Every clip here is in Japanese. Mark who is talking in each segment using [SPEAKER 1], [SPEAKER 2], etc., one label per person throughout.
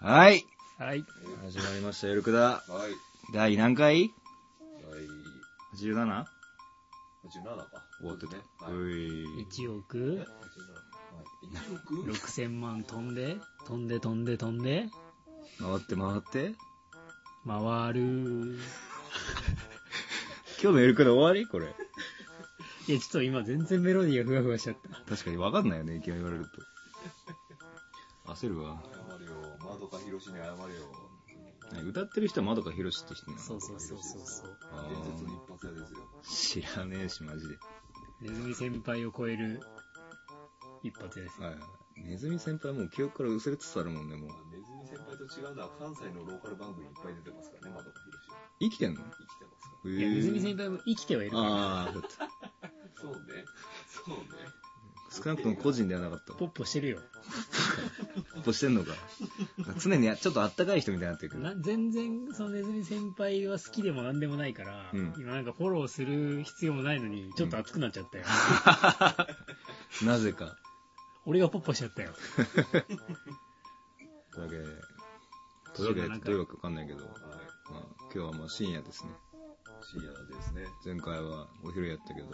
[SPEAKER 1] はい。
[SPEAKER 2] はい。
[SPEAKER 1] 始まりました、ゆるくだ。
[SPEAKER 3] はい。
[SPEAKER 1] 第何回
[SPEAKER 3] はい。
[SPEAKER 1] ?87?
[SPEAKER 3] 87か。
[SPEAKER 1] 終わってた。
[SPEAKER 3] はいう
[SPEAKER 1] い。
[SPEAKER 2] 1億
[SPEAKER 3] 1億
[SPEAKER 2] 6000万飛んで、飛んで飛んで飛んで、
[SPEAKER 1] 回って回って。
[SPEAKER 2] 回る。
[SPEAKER 1] 今日のゆるくだ終わりこれ。
[SPEAKER 2] いや、ちょっと今全然メロディーがふわふわしちゃった。
[SPEAKER 1] 確かにわかんないよね、いきなり言われると。焦るわ。
[SPEAKER 3] 謝れよ。窓か広しに謝れよ。
[SPEAKER 1] 歌ってる人はまどかひろしって人なの
[SPEAKER 2] そうそうそうそうそう。
[SPEAKER 1] あ
[SPEAKER 3] 伝説の
[SPEAKER 1] ー
[SPEAKER 3] 一発屋ですよ。
[SPEAKER 1] 知らねえし、マジで。
[SPEAKER 2] ネズミ先輩を超える一発です。
[SPEAKER 1] はい。ネズミ先輩もう記憶から薄れつつあるもんね、もう
[SPEAKER 3] まあ。ネズミ先輩と違うのは関西のローカル番組いっぱい出てますからね、窓か広しは。
[SPEAKER 1] 生きてんの
[SPEAKER 3] 生きてますか
[SPEAKER 2] いや、ネズミ先
[SPEAKER 1] 輩。
[SPEAKER 2] 輩も生きてはいるから。
[SPEAKER 1] あーだって
[SPEAKER 3] ら。そうね。そうね。
[SPEAKER 1] 少なくとも個人ではなかったわ
[SPEAKER 2] ポッポしてるよ。
[SPEAKER 1] ポッポしてんのか。常にちょっとあったかい人みたいになってくる。
[SPEAKER 2] な全然、そのネズミ先輩は好きでもなんでもないから、
[SPEAKER 1] うん
[SPEAKER 2] 今なんかフォローする必要もないのに、ちょっと熱くなっちゃったよ。
[SPEAKER 1] なぜか。
[SPEAKER 2] 俺がポッポしちゃったよ。
[SPEAKER 1] というわけで、というわけで、どういうわけかわかんないけど、ま
[SPEAKER 3] はい。
[SPEAKER 1] あ、今日はまあ深夜ですね。
[SPEAKER 3] 深夜ですね。
[SPEAKER 1] 前回はお昼やったけど、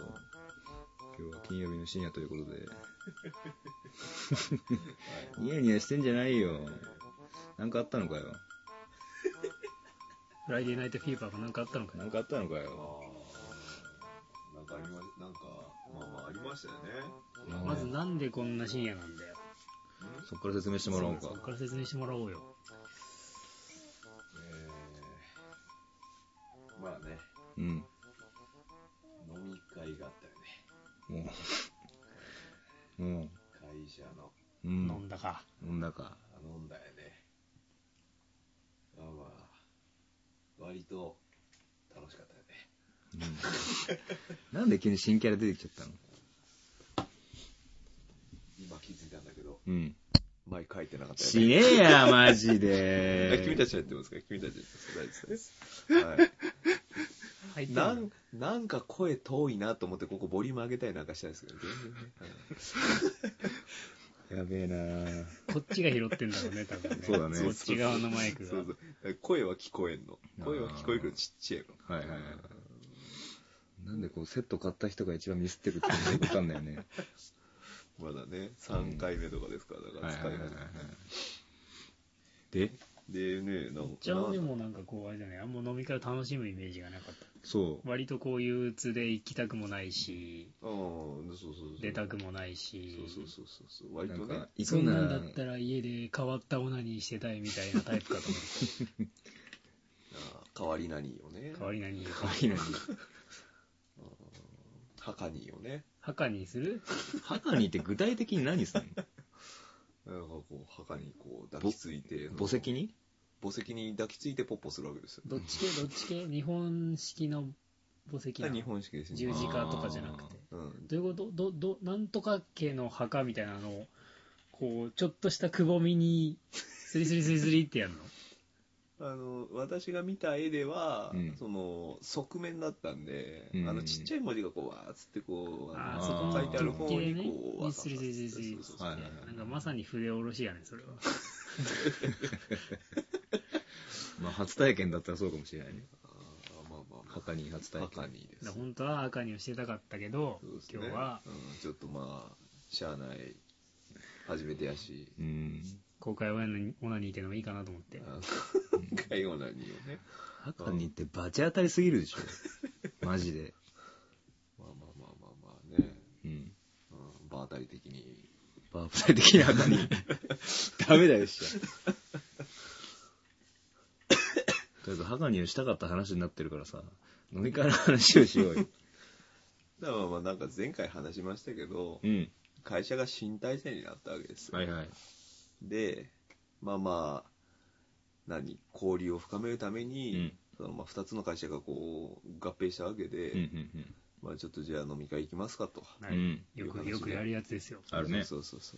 [SPEAKER 1] 今日は金曜日の深夜ということで。ニヤニヤしてんじゃないよ。なんかあったのかよ。
[SPEAKER 2] フライデーナイトフィーバーがなんかあったのか
[SPEAKER 1] な
[SPEAKER 2] なん
[SPEAKER 1] かあったのか
[SPEAKER 3] あ
[SPEAKER 1] よ。
[SPEAKER 3] ーなんかありま、なんか、まあまあありましたよね。
[SPEAKER 1] あー
[SPEAKER 2] まずなんでこんな深夜なんだよ。
[SPEAKER 1] そっから説明してもらおうか
[SPEAKER 2] そ。こから説明してもらおうよ。
[SPEAKER 3] えー、まあね、
[SPEAKER 1] うん。
[SPEAKER 3] 飲み会があったよね。
[SPEAKER 1] もう。も
[SPEAKER 3] 会社の。
[SPEAKER 1] う。う
[SPEAKER 2] 飲
[SPEAKER 1] ん
[SPEAKER 2] ん。だか。
[SPEAKER 1] 飲んだか。
[SPEAKER 3] 飲んだよね。まあまあ、割と楽しかったよね。
[SPEAKER 1] うん。なんで急に新キャラ出てきちゃったの
[SPEAKER 3] 今気づいたんだけど、
[SPEAKER 1] うん。
[SPEAKER 3] 前書いてなかった
[SPEAKER 1] しねえや、マジで。
[SPEAKER 3] 君たちはやってますか君たちはやってます大丈夫です。
[SPEAKER 2] 入ってんの
[SPEAKER 3] はい。なん、なんか声遠いなと思って、ここボリューム上げたりなんかしたんですけど、全然ね。
[SPEAKER 1] やべえな
[SPEAKER 2] こっちが拾ってんだろうね、多分ね。
[SPEAKER 1] そうだね
[SPEAKER 2] こっち側のマイクが。
[SPEAKER 3] そうそう。だから声は聞こえんの。声は聞こえるけどちっちゃい
[SPEAKER 1] はいはいはい。なんでこう、セット買った人が一番ミスってるってよくわかんないよ ね。
[SPEAKER 3] の。まだね、3回目とかですから、だから使い始めた
[SPEAKER 1] で、
[SPEAKER 3] でね、なんか。
[SPEAKER 2] じゃあでもなんかこう、あれじゃない、あんま飲み会を楽しむイメージがなかった。
[SPEAKER 1] そう。
[SPEAKER 2] 割とこういう鬱で行きたくもないし、
[SPEAKER 3] ああ、そうそうそう。
[SPEAKER 2] 出たくもないし、
[SPEAKER 3] そうそうそうそう。割
[SPEAKER 1] な
[SPEAKER 3] と
[SPEAKER 1] ん
[SPEAKER 3] ね
[SPEAKER 1] か、、行
[SPEAKER 2] そ
[SPEAKER 1] く
[SPEAKER 2] ん
[SPEAKER 1] な
[SPEAKER 2] なん
[SPEAKER 1] ら
[SPEAKER 2] だったら家で変わったオナニーしてたいみたいなタイプかと思っ
[SPEAKER 3] あー代わりなによね
[SPEAKER 2] た。。変わりなに。
[SPEAKER 1] 可愛いのに。
[SPEAKER 3] はかによね。
[SPEAKER 2] 墓にする
[SPEAKER 1] 母にって具体的に何す んの
[SPEAKER 3] なんかこう、はかにこう、抱きついて。
[SPEAKER 1] 墓石に
[SPEAKER 3] 墓石に抱きついてポッポするわけですよ。
[SPEAKER 2] どっち系どっち系日本式の墓石なの
[SPEAKER 3] 日本式ですね。
[SPEAKER 2] 十字架とかじゃなくて。
[SPEAKER 3] うん。
[SPEAKER 2] どういうことど、ど、なんとか系の墓みたいなのを、こう、ちょっとしたくぼみに、スリスリスリスリってやるの
[SPEAKER 3] あの、私が見た絵では、
[SPEAKER 1] うん
[SPEAKER 3] その、側面だったんで、
[SPEAKER 1] うん
[SPEAKER 3] あの、ちっちゃい文字がこう、わーっつってこう、
[SPEAKER 2] あ
[SPEAKER 1] ー
[SPEAKER 3] の
[SPEAKER 2] そこの
[SPEAKER 3] 書いてある方に
[SPEAKER 2] ね
[SPEAKER 3] こう、わさ
[SPEAKER 2] ス
[SPEAKER 3] わ
[SPEAKER 2] リ
[SPEAKER 3] さ
[SPEAKER 2] スリスリスリ
[SPEAKER 3] そうそうそう
[SPEAKER 1] はいはいはい
[SPEAKER 2] なんかまさに筆下ろしやねそれは。
[SPEAKER 1] まあ、初体験だったらそうかもしれないね。
[SPEAKER 3] あーまあまあ
[SPEAKER 1] 墓に初
[SPEAKER 3] まあ、
[SPEAKER 1] 体
[SPEAKER 3] はか
[SPEAKER 1] 験。
[SPEAKER 3] にで
[SPEAKER 2] だから
[SPEAKER 3] す。
[SPEAKER 2] 本当は赤にをしてたかったけど、
[SPEAKER 3] そうですね
[SPEAKER 2] 今日は
[SPEAKER 3] うん、ちょっとまあ、しゃあない、初めてやし、
[SPEAKER 1] うん。
[SPEAKER 2] 公開親にオナニーってのもいいかなと思って。
[SPEAKER 3] あの介護なによね。
[SPEAKER 1] 墓にってバチ当たりすぎるで しょ。マジで。
[SPEAKER 3] まあまあまあまあまあね、
[SPEAKER 1] うん。
[SPEAKER 3] うん、場当たり的に。
[SPEAKER 1] バープタイ的な墓 に。ダメだよ、しちゃ。とりあえず、墓にをしたかった話になってるからさ、飲み会の話をしようよ。
[SPEAKER 3] だからまあまあなんか前回話しましたけど、
[SPEAKER 1] うん。
[SPEAKER 3] 会社が新体制になったわけですよ。
[SPEAKER 1] はいはい。
[SPEAKER 3] で、まあまあ、何、交流を深めるため
[SPEAKER 1] う
[SPEAKER 3] に、。そのまあ2つの会社がこう合併したわけで、
[SPEAKER 1] うんうん
[SPEAKER 3] まあちょっとじゃあ飲み会行きますかと。
[SPEAKER 1] うん。うん。
[SPEAKER 2] よく、よくやるやつですよ。
[SPEAKER 1] あるね。
[SPEAKER 3] そうそうそうそ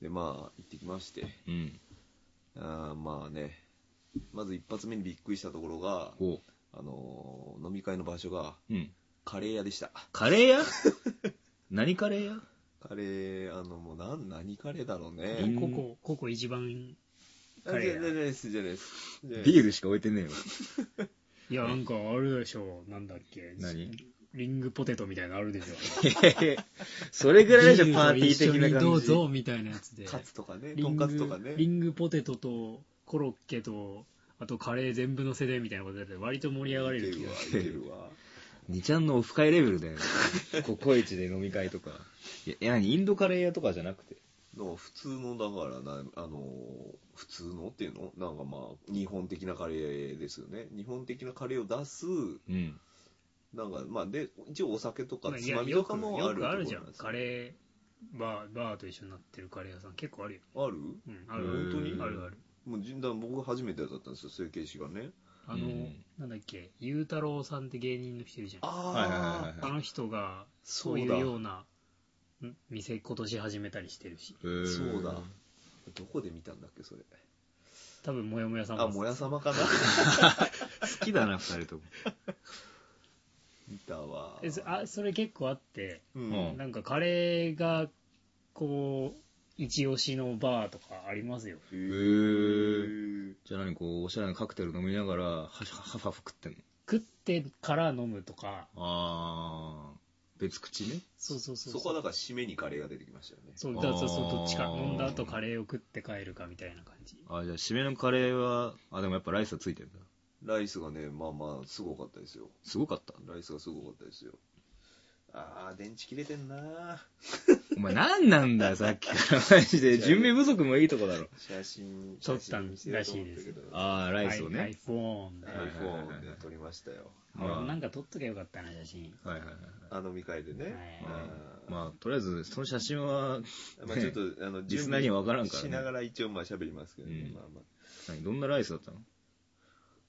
[SPEAKER 3] う。で、まあ行ってきまして、
[SPEAKER 1] うん。
[SPEAKER 3] あーまあね、まず一発目にびっくりしたところが、
[SPEAKER 1] お
[SPEAKER 3] あのー飲み会の場所が
[SPEAKER 1] うん。
[SPEAKER 3] カレー屋でした。
[SPEAKER 1] カレー屋何カレー屋
[SPEAKER 3] カレー、あの、もう、なん、何カレーだろう
[SPEAKER 2] コ
[SPEAKER 3] ね。
[SPEAKER 2] コ、ココ一番彼ら
[SPEAKER 3] じゃないです、じゃないです。
[SPEAKER 1] ビールしか置いてねえよ。
[SPEAKER 2] いや、なんかあるでしょ。なんだっけ。
[SPEAKER 1] 何
[SPEAKER 2] リングポテトみたいなのあるでしょ。
[SPEAKER 1] それぐら いでしょ、
[SPEAKER 2] ビ
[SPEAKER 1] パーテ
[SPEAKER 2] ルと
[SPEAKER 1] ィー的な
[SPEAKER 2] 一緒にど
[SPEAKER 1] 感
[SPEAKER 2] う
[SPEAKER 1] じ。
[SPEAKER 2] ぞみたいなやつで。
[SPEAKER 3] カツとかね、
[SPEAKER 2] リ
[SPEAKER 3] と
[SPEAKER 2] ン
[SPEAKER 3] ん
[SPEAKER 2] グ
[SPEAKER 3] かつとかね。
[SPEAKER 2] リングポテトとコロッケと、あとカレー全部のせでみたいなことやって、割と盛り上がれる
[SPEAKER 3] い
[SPEAKER 2] 気
[SPEAKER 3] ける
[SPEAKER 2] が
[SPEAKER 3] わ
[SPEAKER 2] す、
[SPEAKER 3] いけるわ。
[SPEAKER 1] 二ちゃんのオフ会レベルだよね。ココイチで飲み会とか。いや、いやインドカレー屋とかじゃなくて。
[SPEAKER 3] の普通の、だからな、あの、普通のっていうのなんかまあ、日本的なカレーですよね。日本的なカレーを出す、
[SPEAKER 1] うん。
[SPEAKER 3] なんか、まあ、で、一応お酒とか
[SPEAKER 2] る。
[SPEAKER 3] つ
[SPEAKER 2] いや
[SPEAKER 3] まみ
[SPEAKER 2] よ
[SPEAKER 3] と
[SPEAKER 2] く
[SPEAKER 3] かもあ
[SPEAKER 2] よ
[SPEAKER 3] る
[SPEAKER 2] くある
[SPEAKER 3] と
[SPEAKER 2] じ
[SPEAKER 3] ころ
[SPEAKER 2] ゃ
[SPEAKER 3] なん
[SPEAKER 2] ん
[SPEAKER 3] で。す
[SPEAKER 2] カレー、バー、バーと一緒になってるカレー屋さん結構あるよ。
[SPEAKER 3] ある
[SPEAKER 2] うん、ある
[SPEAKER 1] へー
[SPEAKER 2] ある
[SPEAKER 1] 本当に
[SPEAKER 2] あるある。
[SPEAKER 3] もう、じんだ僕初めてだったんですよ、整形師がね。
[SPEAKER 2] あの、
[SPEAKER 1] うん
[SPEAKER 2] なんだっけ、ゆうたろうさんって芸人の人いるじゃん。あ
[SPEAKER 3] あー、
[SPEAKER 1] はいはいはいはい
[SPEAKER 2] の人が、
[SPEAKER 3] そ
[SPEAKER 2] そう
[SPEAKER 3] う
[SPEAKER 2] い
[SPEAKER 3] だ
[SPEAKER 2] うような、ん店今年始めたりしてるし。
[SPEAKER 1] へー
[SPEAKER 3] そうだ。どこで見たんだっけ、それ。
[SPEAKER 2] 多分、もやもやさん
[SPEAKER 3] あ、もや
[SPEAKER 2] ん。
[SPEAKER 3] 様かな。
[SPEAKER 1] 好きだな、二人とも。
[SPEAKER 3] 見たわ。
[SPEAKER 2] えそあ、それ結構あって、
[SPEAKER 3] うん。
[SPEAKER 1] うん
[SPEAKER 2] なんかカレーが、こう、一押しのバーとかありますよ。
[SPEAKER 3] へ
[SPEAKER 1] ーじゃあ何こう、おしゃれなカクテル飲みながら、はしははは食ってんの
[SPEAKER 2] 食ってから飲むとか、
[SPEAKER 1] あー、別口ね。
[SPEAKER 2] そうそうそう
[SPEAKER 3] そこはだから締めにカレーが出てきましたよね。
[SPEAKER 2] そうだからそうそう
[SPEAKER 1] あー
[SPEAKER 2] どっちか飲んだ後カレーを食って帰るかみたいな感じ
[SPEAKER 1] あ、じゃあ締めのカレーは、あ、でもやっぱライスはついてんだ。
[SPEAKER 3] ライスがね、まあまあ、すごかったですよ。
[SPEAKER 1] すごかった。
[SPEAKER 3] ライスがすごかったですよ。あー、電池切れてんな
[SPEAKER 1] お前何なん だよ、さっきから。マジ で。準備不足もいいとこだろ。
[SPEAKER 3] 写真、
[SPEAKER 2] 撮っ
[SPEAKER 3] 写
[SPEAKER 2] た
[SPEAKER 3] 真見せようと思
[SPEAKER 2] らしいです
[SPEAKER 3] けど。
[SPEAKER 1] あー、ライスをね。
[SPEAKER 2] iPhone で、
[SPEAKER 1] はい
[SPEAKER 3] iPhone で撮りましたよ。
[SPEAKER 1] ま
[SPEAKER 2] 俺
[SPEAKER 1] あ
[SPEAKER 2] もなんか撮っときゃよかったな写真
[SPEAKER 1] はいはいはい。
[SPEAKER 3] あの見会でね。
[SPEAKER 2] はい
[SPEAKER 3] あー
[SPEAKER 1] まあ、とりあえず、その写真は、
[SPEAKER 3] まあちょっと、あの、
[SPEAKER 1] リスナーには分からんからね
[SPEAKER 3] しながら一応、まあ喋りますけど
[SPEAKER 1] う
[SPEAKER 3] ね。
[SPEAKER 1] ん
[SPEAKER 3] まあま
[SPEAKER 1] 何どんなライスだったの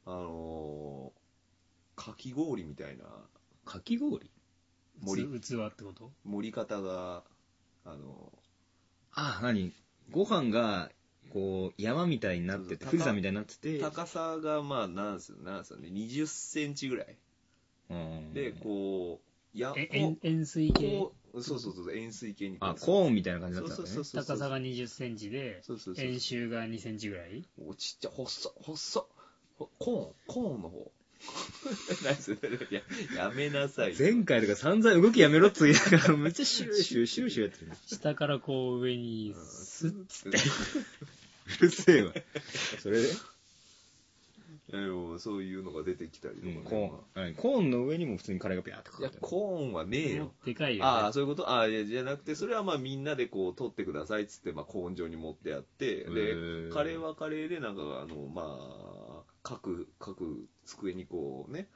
[SPEAKER 3] あ。あのー、かき氷みたいな
[SPEAKER 1] かき氷
[SPEAKER 3] 盛り
[SPEAKER 2] 器器ってこと
[SPEAKER 3] 盛り方が、あの
[SPEAKER 1] あ、何ご飯が、こう、山みたいになってて、
[SPEAKER 3] そうそう
[SPEAKER 1] 富士山みたいになって
[SPEAKER 3] ー、
[SPEAKER 1] て、
[SPEAKER 3] 高さが、まあ、なんすなんすよね、20センチぐらい。
[SPEAKER 1] うん
[SPEAKER 3] で、こう、や、
[SPEAKER 2] え
[SPEAKER 3] こ
[SPEAKER 2] 円円錐
[SPEAKER 3] う、
[SPEAKER 2] 形
[SPEAKER 3] こうそうそうそう、円錐形に。
[SPEAKER 1] あ、コーンみたいな感じ
[SPEAKER 3] そ
[SPEAKER 1] だっ
[SPEAKER 3] う
[SPEAKER 1] たん
[SPEAKER 3] そう
[SPEAKER 1] だね。
[SPEAKER 3] そうそう。
[SPEAKER 2] 高さが2 0ンチで
[SPEAKER 3] そうそうそう。
[SPEAKER 2] 円周が2センチぐらい
[SPEAKER 3] おちっちゃ、細っ、細っ。ほコーン、コーンの方。 何それ や、やめなさい。
[SPEAKER 1] 前回とか散々動きやめろっつ言いながら、めっちゃシューシューシューシューやってる。
[SPEAKER 2] 下からこう上に
[SPEAKER 3] うん
[SPEAKER 2] スッ
[SPEAKER 3] つって。
[SPEAKER 1] うるせえわ。それで、
[SPEAKER 3] えーそういうのが出てきたりとか
[SPEAKER 1] う
[SPEAKER 3] ね
[SPEAKER 1] ん、コーン何。コーンの上にも普通にカレーがピャーってか
[SPEAKER 3] い
[SPEAKER 1] かっ
[SPEAKER 3] や
[SPEAKER 1] て、る。
[SPEAKER 3] コーンはねえよ。
[SPEAKER 2] でかいよ、ね、
[SPEAKER 3] ああ、そういうことああ、いやじゃなくて、それはまあみんなでこう、取ってくださいっつって、まあコーン上に持ってやって、で
[SPEAKER 1] へ、ー
[SPEAKER 3] カレーはカレーで、なんか、あの、まあ、各、各机にこうね、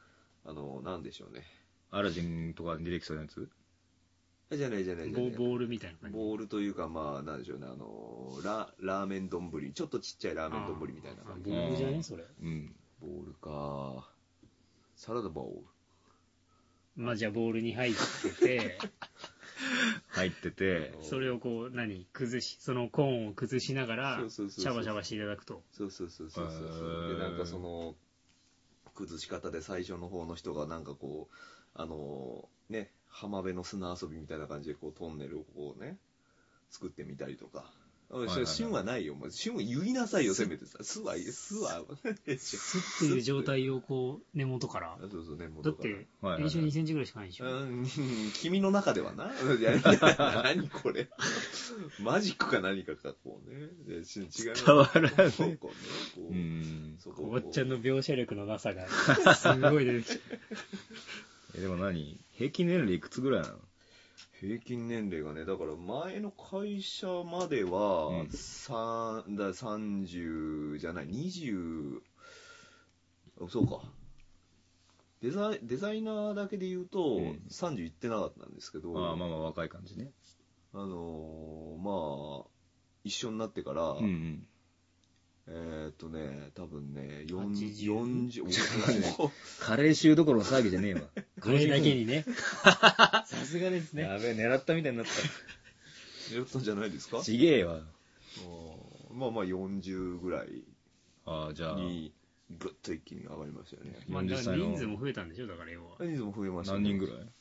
[SPEAKER 3] あの、なんでしょうね。
[SPEAKER 1] アラジンとかに出てきそうなやつ
[SPEAKER 3] あじゃないじゃないじゃな
[SPEAKER 2] ボ
[SPEAKER 3] い。
[SPEAKER 2] ボールみたいな感じ
[SPEAKER 3] ボールというか、まあ、なんでしょうね、あの、ラ、ラーメン丼、ちょっとちっちゃいラーメン丼みたいな
[SPEAKER 2] あ
[SPEAKER 3] 感じ
[SPEAKER 2] ボ。ールじゃねそれ
[SPEAKER 1] うん。
[SPEAKER 3] ボールか。サラダボール。
[SPEAKER 2] まあじゃあボールに入ってて
[SPEAKER 1] 入ってて、
[SPEAKER 2] それをこう何崩しそのコーンを崩しながら
[SPEAKER 3] そう
[SPEAKER 2] シ
[SPEAKER 3] そうそうそう
[SPEAKER 2] ャバシャバしていただくと
[SPEAKER 3] そうそうそうそうそう
[SPEAKER 1] へ
[SPEAKER 3] そ
[SPEAKER 1] ー
[SPEAKER 3] う。で、なんかその、崩し方で最初の方の人がなんかこう、あのーね、浜辺の砂遊びみたいな感じでこうトンネルをこうね、作ってみたりとか。
[SPEAKER 1] いはいはい
[SPEAKER 3] 旬はないよ。もう旬を言いなさいよ、せめてさ。すは、す は。
[SPEAKER 2] スッていう状態をこう根元から
[SPEAKER 3] あそうそうね、もう
[SPEAKER 2] だ
[SPEAKER 3] だ
[SPEAKER 2] っ
[SPEAKER 3] から
[SPEAKER 2] て
[SPEAKER 1] はいはいはい
[SPEAKER 2] 練習2センチぐらいしかないでしょ、
[SPEAKER 3] うん、君の中では な。いや何これ。マジックか何かか、こうね。いやし違う。
[SPEAKER 1] 伝わらない
[SPEAKER 3] そうこうね。こ
[SPEAKER 1] う
[SPEAKER 3] う、
[SPEAKER 1] ん。
[SPEAKER 3] そこ
[SPEAKER 2] お
[SPEAKER 3] を
[SPEAKER 2] ば
[SPEAKER 3] こ
[SPEAKER 2] っ
[SPEAKER 3] う
[SPEAKER 2] ちゃんの描写力のなさがすごい出てきて
[SPEAKER 1] え、でも何平均年齢いくつぐらいなの
[SPEAKER 3] 平均年齢がね、だから前の会社までは、
[SPEAKER 1] うん
[SPEAKER 3] さんだ30じゃない、20、あそうか。デザイデザイナーだけで言うと、
[SPEAKER 1] うん
[SPEAKER 3] 30いってなかったんですけど、
[SPEAKER 1] ああ、まあまあ若い感じね。
[SPEAKER 3] あのーまあ、一緒になってから、
[SPEAKER 1] うんうん。
[SPEAKER 3] えーっとね、多分ね、よん
[SPEAKER 2] 80
[SPEAKER 3] 40、
[SPEAKER 1] カレー臭どころの騒ぎじゃねえわ。
[SPEAKER 2] これだけにねさすがですね
[SPEAKER 1] やべえ、狙ったみたいになっ
[SPEAKER 3] やったんじゃないですか
[SPEAKER 1] た。ちげえわ。
[SPEAKER 3] うんまあまあ40ぐらい
[SPEAKER 1] ああ、じゃあ、
[SPEAKER 3] に、ぐっと一気に上がりましたよね。
[SPEAKER 2] まあ、
[SPEAKER 1] 40
[SPEAKER 2] だから
[SPEAKER 1] 歳の
[SPEAKER 2] 人数も増えたんでしょだから要は
[SPEAKER 3] 人数も増えました、
[SPEAKER 1] 何人ぐら
[SPEAKER 3] い
[SPEAKER 1] い
[SPEAKER 3] だか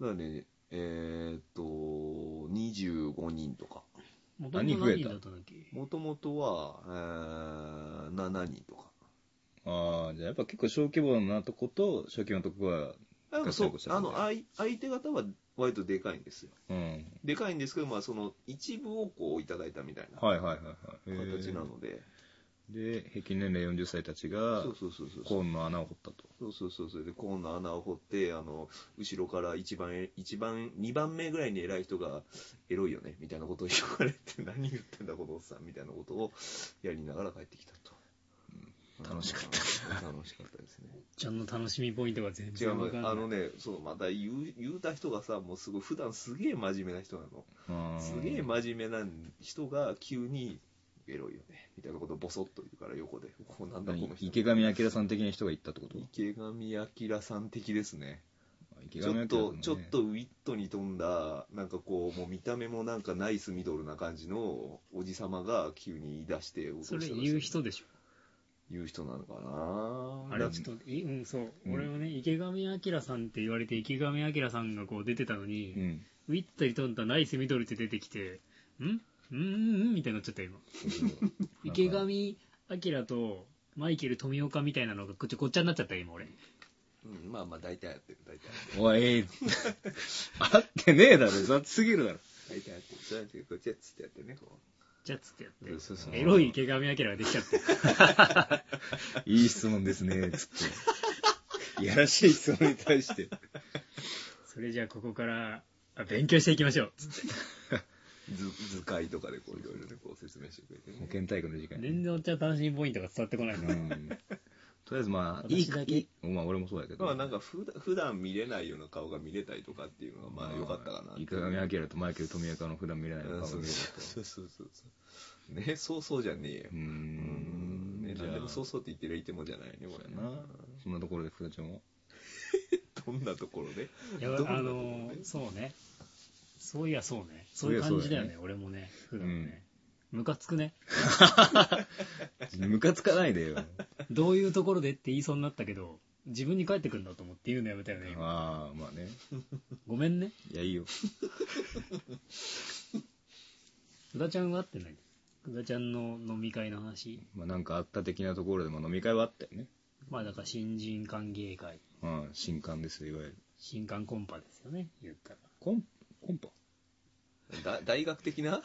[SPEAKER 3] らね、えーっと、25人とか。
[SPEAKER 2] もとも
[SPEAKER 1] 何
[SPEAKER 2] と
[SPEAKER 1] 増えた
[SPEAKER 2] 何人だったんだっけ
[SPEAKER 3] もともとは、えー、7人とか。
[SPEAKER 1] ああ、じゃあやっぱ結構小規模なとこと、小規模なとこは、
[SPEAKER 3] なんか
[SPEAKER 1] ガチ
[SPEAKER 3] そ
[SPEAKER 1] ャン
[SPEAKER 3] う
[SPEAKER 1] コし、た
[SPEAKER 3] あ
[SPEAKER 1] んだ
[SPEAKER 3] の、
[SPEAKER 1] ね
[SPEAKER 3] 相相手方は割とでかいんですよ。
[SPEAKER 1] うん。
[SPEAKER 3] でかいんですけど、まあ、その、一部をこういただいたみたいな
[SPEAKER 1] はいはいはいはい。
[SPEAKER 3] 形なので。
[SPEAKER 1] で、平均年齢40歳たちが
[SPEAKER 3] そ、うそうそうそう。
[SPEAKER 1] コーンの穴を掘ったと。
[SPEAKER 3] そうそうそうそうでコーンの穴を掘ってあの後ろから一番え一番2番目ぐらいに偉い人が「エロいよね」みたいなことを言われて 何言ってんだこのおっさんみたいなことをやりながら帰ってきたと、
[SPEAKER 1] 楽しかった
[SPEAKER 3] 楽しかったですね
[SPEAKER 2] ちゃんの楽しみポイントが全
[SPEAKER 3] 違う
[SPEAKER 2] 然わか
[SPEAKER 3] の
[SPEAKER 2] んない。
[SPEAKER 3] あのねそうまた言う言うた人がさもうすごい普段すげえ真面目な人なの
[SPEAKER 1] うん
[SPEAKER 3] すげえ真面目な人が急に「エロいよね」みたいなことをボソッと言うから横で「こうなんだこの人」
[SPEAKER 1] 池上彰さん的な人が言ったってこと
[SPEAKER 3] 池上彰さん的ですね
[SPEAKER 1] 池
[SPEAKER 3] ち
[SPEAKER 1] 上
[SPEAKER 3] ょっ
[SPEAKER 1] 彰
[SPEAKER 3] と、
[SPEAKER 1] さん、ね、
[SPEAKER 3] ちょっとウィットに富んだ、なんかこう、もう見た目もなんかナイスミドルな感じのおじさまが急に言い出して、
[SPEAKER 2] それ言う人
[SPEAKER 3] で。
[SPEAKER 2] でしょ。
[SPEAKER 3] 言う人なのかな
[SPEAKER 2] あれちょっと、えうん、そう。俺もね、池上彰さんって言われて、池上彰さんがこう出てたのに、
[SPEAKER 1] うん。
[SPEAKER 2] ウィットに飛んだナイスミドルって出てきて、んうんうんうんみたいになっちゃった今。池上彰とマイケル富岡みたいなのがごっちゃごっちゃになっちゃった今俺。
[SPEAKER 3] うん、まあまあ大体やってる、大体やってる。
[SPEAKER 1] おい、え え合ってねえだろ、雑すぎるだろ。
[SPEAKER 3] 大体やってる。そうやって、こっちやっつってやってね、こ
[SPEAKER 2] じゃっつってや
[SPEAKER 3] う。
[SPEAKER 2] って。
[SPEAKER 3] うそ
[SPEAKER 2] エロい池上彰ができちゃって。
[SPEAKER 1] いい質問ですね、つって。いやらしい質問に 対して。
[SPEAKER 2] それじゃあここから、あ勉強していきましょう。つって
[SPEAKER 3] 図図解とかでこう、いろいろね、こう説明してくれてね
[SPEAKER 1] 保。健体育の時間
[SPEAKER 2] 全然お茶楽しみポイントが伝わってこないな。
[SPEAKER 1] うん。とりあえずまあ、いい
[SPEAKER 2] 私だけ
[SPEAKER 1] いいまあ俺もそうだけど。
[SPEAKER 3] まあなんか普段、普段見れないような顔が見れたりとかっていうのが、まあ良かったかなっていう。
[SPEAKER 1] 池上彰とマイケル富岡の普段見れない
[SPEAKER 3] うん
[SPEAKER 1] 顔
[SPEAKER 3] そう
[SPEAKER 1] が見れたと。
[SPEAKER 3] そうそうそうそう。ね、そうそうじゃねえよ
[SPEAKER 1] うー。
[SPEAKER 3] うー
[SPEAKER 1] ん
[SPEAKER 3] ん。ね、
[SPEAKER 1] じゃあ
[SPEAKER 3] 何でもそうそうって言ってるいてもじゃないね、これ
[SPEAKER 1] な。そんなところで福田ちゃんは
[SPEAKER 3] どんなところで
[SPEAKER 2] いや
[SPEAKER 3] どこだ
[SPEAKER 2] あ
[SPEAKER 3] と
[SPEAKER 2] の
[SPEAKER 3] 思うね
[SPEAKER 2] ーそうねそういやそうねそういう感じだよね
[SPEAKER 1] そういやそうだよね
[SPEAKER 2] 俺もね普段ね、ムカつくね
[SPEAKER 1] ムカつかないでよ。
[SPEAKER 2] どういうところでって言いそうになったけど自分に返ってくるんだと思って言うのやめたよね今
[SPEAKER 1] ああ、まあね。
[SPEAKER 2] ごめんね
[SPEAKER 1] いや、いいよ。
[SPEAKER 2] 宇田ちゃんはってない宇田ちゃんの飲み会の話
[SPEAKER 1] まあなんかあった的なところでも飲み会はあったよね。
[SPEAKER 2] まあだから新人歓迎会
[SPEAKER 1] うん、新刊ですよ、いわゆる。
[SPEAKER 2] 新刊コンパですよね言ったら
[SPEAKER 1] コン、コンパ
[SPEAKER 3] だ大学的な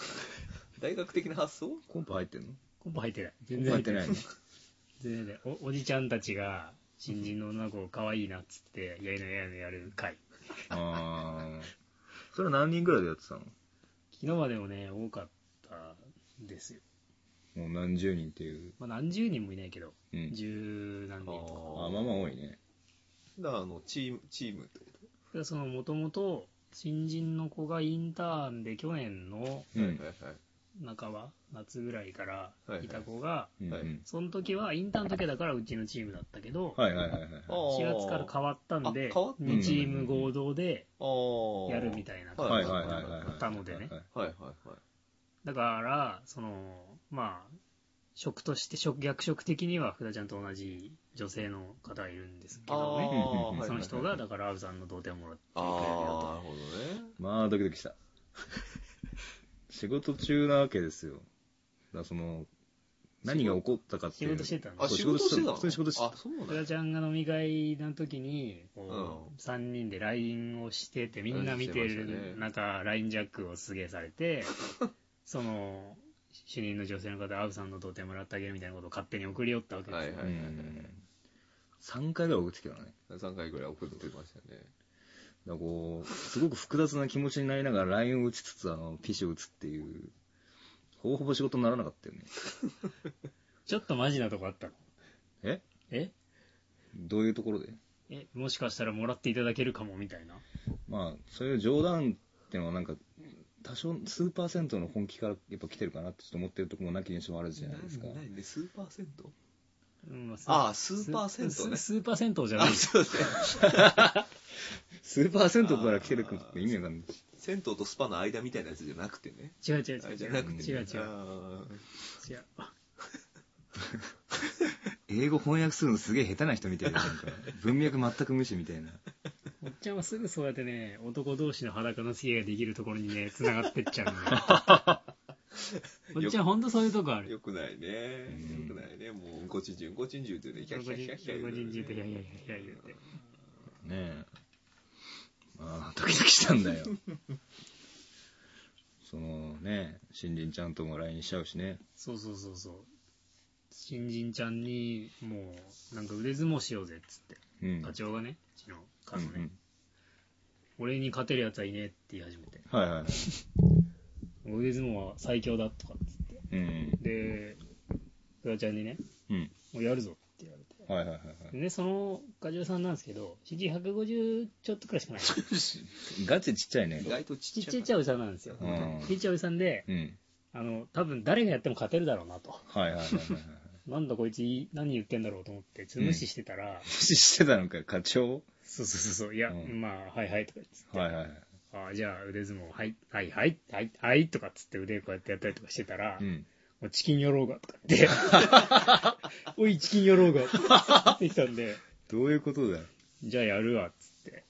[SPEAKER 3] 大学的な発想
[SPEAKER 1] コンパ入ってんの
[SPEAKER 2] コンパ入ってない
[SPEAKER 1] コ
[SPEAKER 2] 全
[SPEAKER 1] ンパ入っ
[SPEAKER 2] 然入って
[SPEAKER 1] て
[SPEAKER 2] な
[SPEAKER 1] ないい の
[SPEAKER 2] 全然入ってないおおじちゃんたちが新人の女の子可愛いなっつってやいのやいのやる会
[SPEAKER 1] ああ。それは何人ぐらいでやってたの
[SPEAKER 2] 昨日までもね多かったですよ
[SPEAKER 1] もう何十人っていう。
[SPEAKER 2] まあ、何十人もいないけど、
[SPEAKER 1] うん。
[SPEAKER 2] 十何人とか。
[SPEAKER 1] あまあまあ多いね。
[SPEAKER 3] だからあのチームチームってこと
[SPEAKER 2] だからその、もともと、新人の子がインターンで去年の
[SPEAKER 1] うん
[SPEAKER 3] はいはいはい
[SPEAKER 2] 半ば、夏ぐらいから
[SPEAKER 3] いはい
[SPEAKER 2] いた子が、
[SPEAKER 1] うん
[SPEAKER 3] はい
[SPEAKER 1] うん
[SPEAKER 2] その時は、インターンの時はだからうちのチームだったけど、
[SPEAKER 1] はいはいはいはい。
[SPEAKER 3] あー
[SPEAKER 2] 4月から変わったんで
[SPEAKER 3] あ変わっ、た
[SPEAKER 2] 2チーム合同で
[SPEAKER 3] ああ
[SPEAKER 2] やるみたいな
[SPEAKER 3] あー
[SPEAKER 1] は
[SPEAKER 2] 感
[SPEAKER 1] い
[SPEAKER 2] じ
[SPEAKER 1] はいはいはい
[SPEAKER 2] だったのでね。
[SPEAKER 3] はいはいはい
[SPEAKER 2] だから、その、まあ、職として、職逆職的には福田ちゃんと同じ女性の方がいるんですけ
[SPEAKER 3] あ
[SPEAKER 2] どね。
[SPEAKER 3] ー
[SPEAKER 1] うんうんうん
[SPEAKER 3] はいはいはい
[SPEAKER 2] その人が、だから、アウさんの同点をもらって
[SPEAKER 3] ああ
[SPEAKER 2] くれるよ
[SPEAKER 3] なるほどね
[SPEAKER 1] まあ、ドキドキした。 仕事中なわけですよ。だからその、何が起こったかっ
[SPEAKER 2] と。
[SPEAKER 1] て
[SPEAKER 2] 仕
[SPEAKER 1] いう。
[SPEAKER 2] 事してたの
[SPEAKER 3] あ
[SPEAKER 1] そう
[SPEAKER 3] 仕事してたの
[SPEAKER 1] 普通に仕事してた
[SPEAKER 3] あそうなん
[SPEAKER 2] 福田ちゃんが飲み会の時に、こ
[SPEAKER 3] う
[SPEAKER 2] う、3人で LINE をしてて、みんな見
[SPEAKER 3] し
[SPEAKER 2] て
[SPEAKER 3] てましたね
[SPEAKER 2] る中、LINE ジャックをすげえされ て、その、主任の女性の方、アウさんの同点もらってあげるみたいなことを勝手に送り寄ったわけですよ。
[SPEAKER 3] はいはいはいはい
[SPEAKER 1] 3回ぐらい送ってきたのね。
[SPEAKER 3] 3回ぐらい送ってましたね
[SPEAKER 1] だからこう、すごく複雑な気持ちになりながら LINE を打ちつつ、あの、PC を打つっていう、ほぼほぼ仕事にならなかったよね。
[SPEAKER 2] ちょっとマジなとこあったの。
[SPEAKER 1] え
[SPEAKER 2] え
[SPEAKER 1] どういうところで
[SPEAKER 2] え、もしかしたらもらっていただけるかもみたいな。
[SPEAKER 1] まあ、そういう冗談っていうのはなんか、多少数パーセントの本気からやっぱ来てるかなってちょっと思ってるところもなきにしもあるじゃないですか。
[SPEAKER 3] 何で数パーセント
[SPEAKER 2] うんまあ、
[SPEAKER 3] ああ数パーセント
[SPEAKER 2] 数
[SPEAKER 3] ね
[SPEAKER 2] 数パーセントじゃな
[SPEAKER 3] あ
[SPEAKER 2] いです。
[SPEAKER 3] そうですね
[SPEAKER 1] 数パーセントから来てるかって意味わかんない。
[SPEAKER 3] 銭湯とスパの間みたいなやつじゃなくてね
[SPEAKER 2] 違う違う
[SPEAKER 3] あ
[SPEAKER 2] 違う
[SPEAKER 3] れじ
[SPEAKER 2] 違
[SPEAKER 3] ゃ
[SPEAKER 2] う
[SPEAKER 3] なくて
[SPEAKER 2] 違う違う
[SPEAKER 3] あー
[SPEAKER 2] 違う。
[SPEAKER 1] 英語翻訳するのすげえ下手な人みたいな、なんか。文脈全く無視みたいな。
[SPEAKER 2] おっちゃんはすぐそう やってね、男同士の裸の付き合いができるところにね、繋がってっちゃうんだよこっちはほんとそういうとこ ある。
[SPEAKER 3] よくないね。
[SPEAKER 1] うん
[SPEAKER 3] よくないね。もう、うんこちんじゅうんこちんじゅうって言うね、キャ
[SPEAKER 2] 外
[SPEAKER 3] ッキャッキャッキャッ
[SPEAKER 2] 国人人とヒャヒャ
[SPEAKER 3] 言うね
[SPEAKER 2] ヒャヒャ言うて。
[SPEAKER 1] ねえ。まあ、ドキドキしたんだよ。そのね、新人ちゃんとも LINE しちゃうしね。
[SPEAKER 2] そうそうそうそう。新人ちゃんに、もう、なんか腕相撲しようぜっつって。
[SPEAKER 1] うん。
[SPEAKER 2] 課長がね、うちの課
[SPEAKER 1] うん
[SPEAKER 2] 長
[SPEAKER 1] う
[SPEAKER 2] ね、
[SPEAKER 1] ん
[SPEAKER 2] 俺に勝てるやつはいねえって言い始めて。
[SPEAKER 1] はいはいはい。
[SPEAKER 2] 腕相撲は最強だとかっつって。
[SPEAKER 1] うん。
[SPEAKER 2] で、フワちゃんにね、
[SPEAKER 1] うん。
[SPEAKER 2] もうやるぞって言われて。
[SPEAKER 1] はいはいはいは
[SPEAKER 2] でね、その課長さんなんですけど、身長150ちょ っとくらいしかない。
[SPEAKER 1] い。ガチちっちゃいね
[SPEAKER 3] 意。外とち
[SPEAKER 2] ち
[SPEAKER 3] っ
[SPEAKER 2] っ
[SPEAKER 3] ち
[SPEAKER 2] ち
[SPEAKER 3] ゃ
[SPEAKER 2] ゃ
[SPEAKER 3] い
[SPEAKER 2] いちゃいおじさんなんですよ。
[SPEAKER 1] うん
[SPEAKER 2] ちっちゃいおじさんで、
[SPEAKER 1] うん。
[SPEAKER 2] あの、多分誰がやっても勝てるだろうなと。
[SPEAKER 1] はいはいはいはいはい。
[SPEAKER 2] なんだこいつい何言ってんだろうと思って、つ無視してたら、
[SPEAKER 1] 無視してたのか、課長
[SPEAKER 2] そうそうそうそう、いや、
[SPEAKER 1] うん
[SPEAKER 2] まあ、はいはいとか言って
[SPEAKER 1] はいはいはい。
[SPEAKER 2] ああ、じゃあ腕相撲、はい、はいはい、はい、はいとかっつって腕こうやってやったりとかしてたら、
[SPEAKER 1] う
[SPEAKER 2] も
[SPEAKER 1] ん。
[SPEAKER 2] うチキン寄ろうがとか言って、 おい、チキン寄ろうがとかってきたんで、
[SPEAKER 1] どういうことだよ。
[SPEAKER 2] じゃあやるわっつって。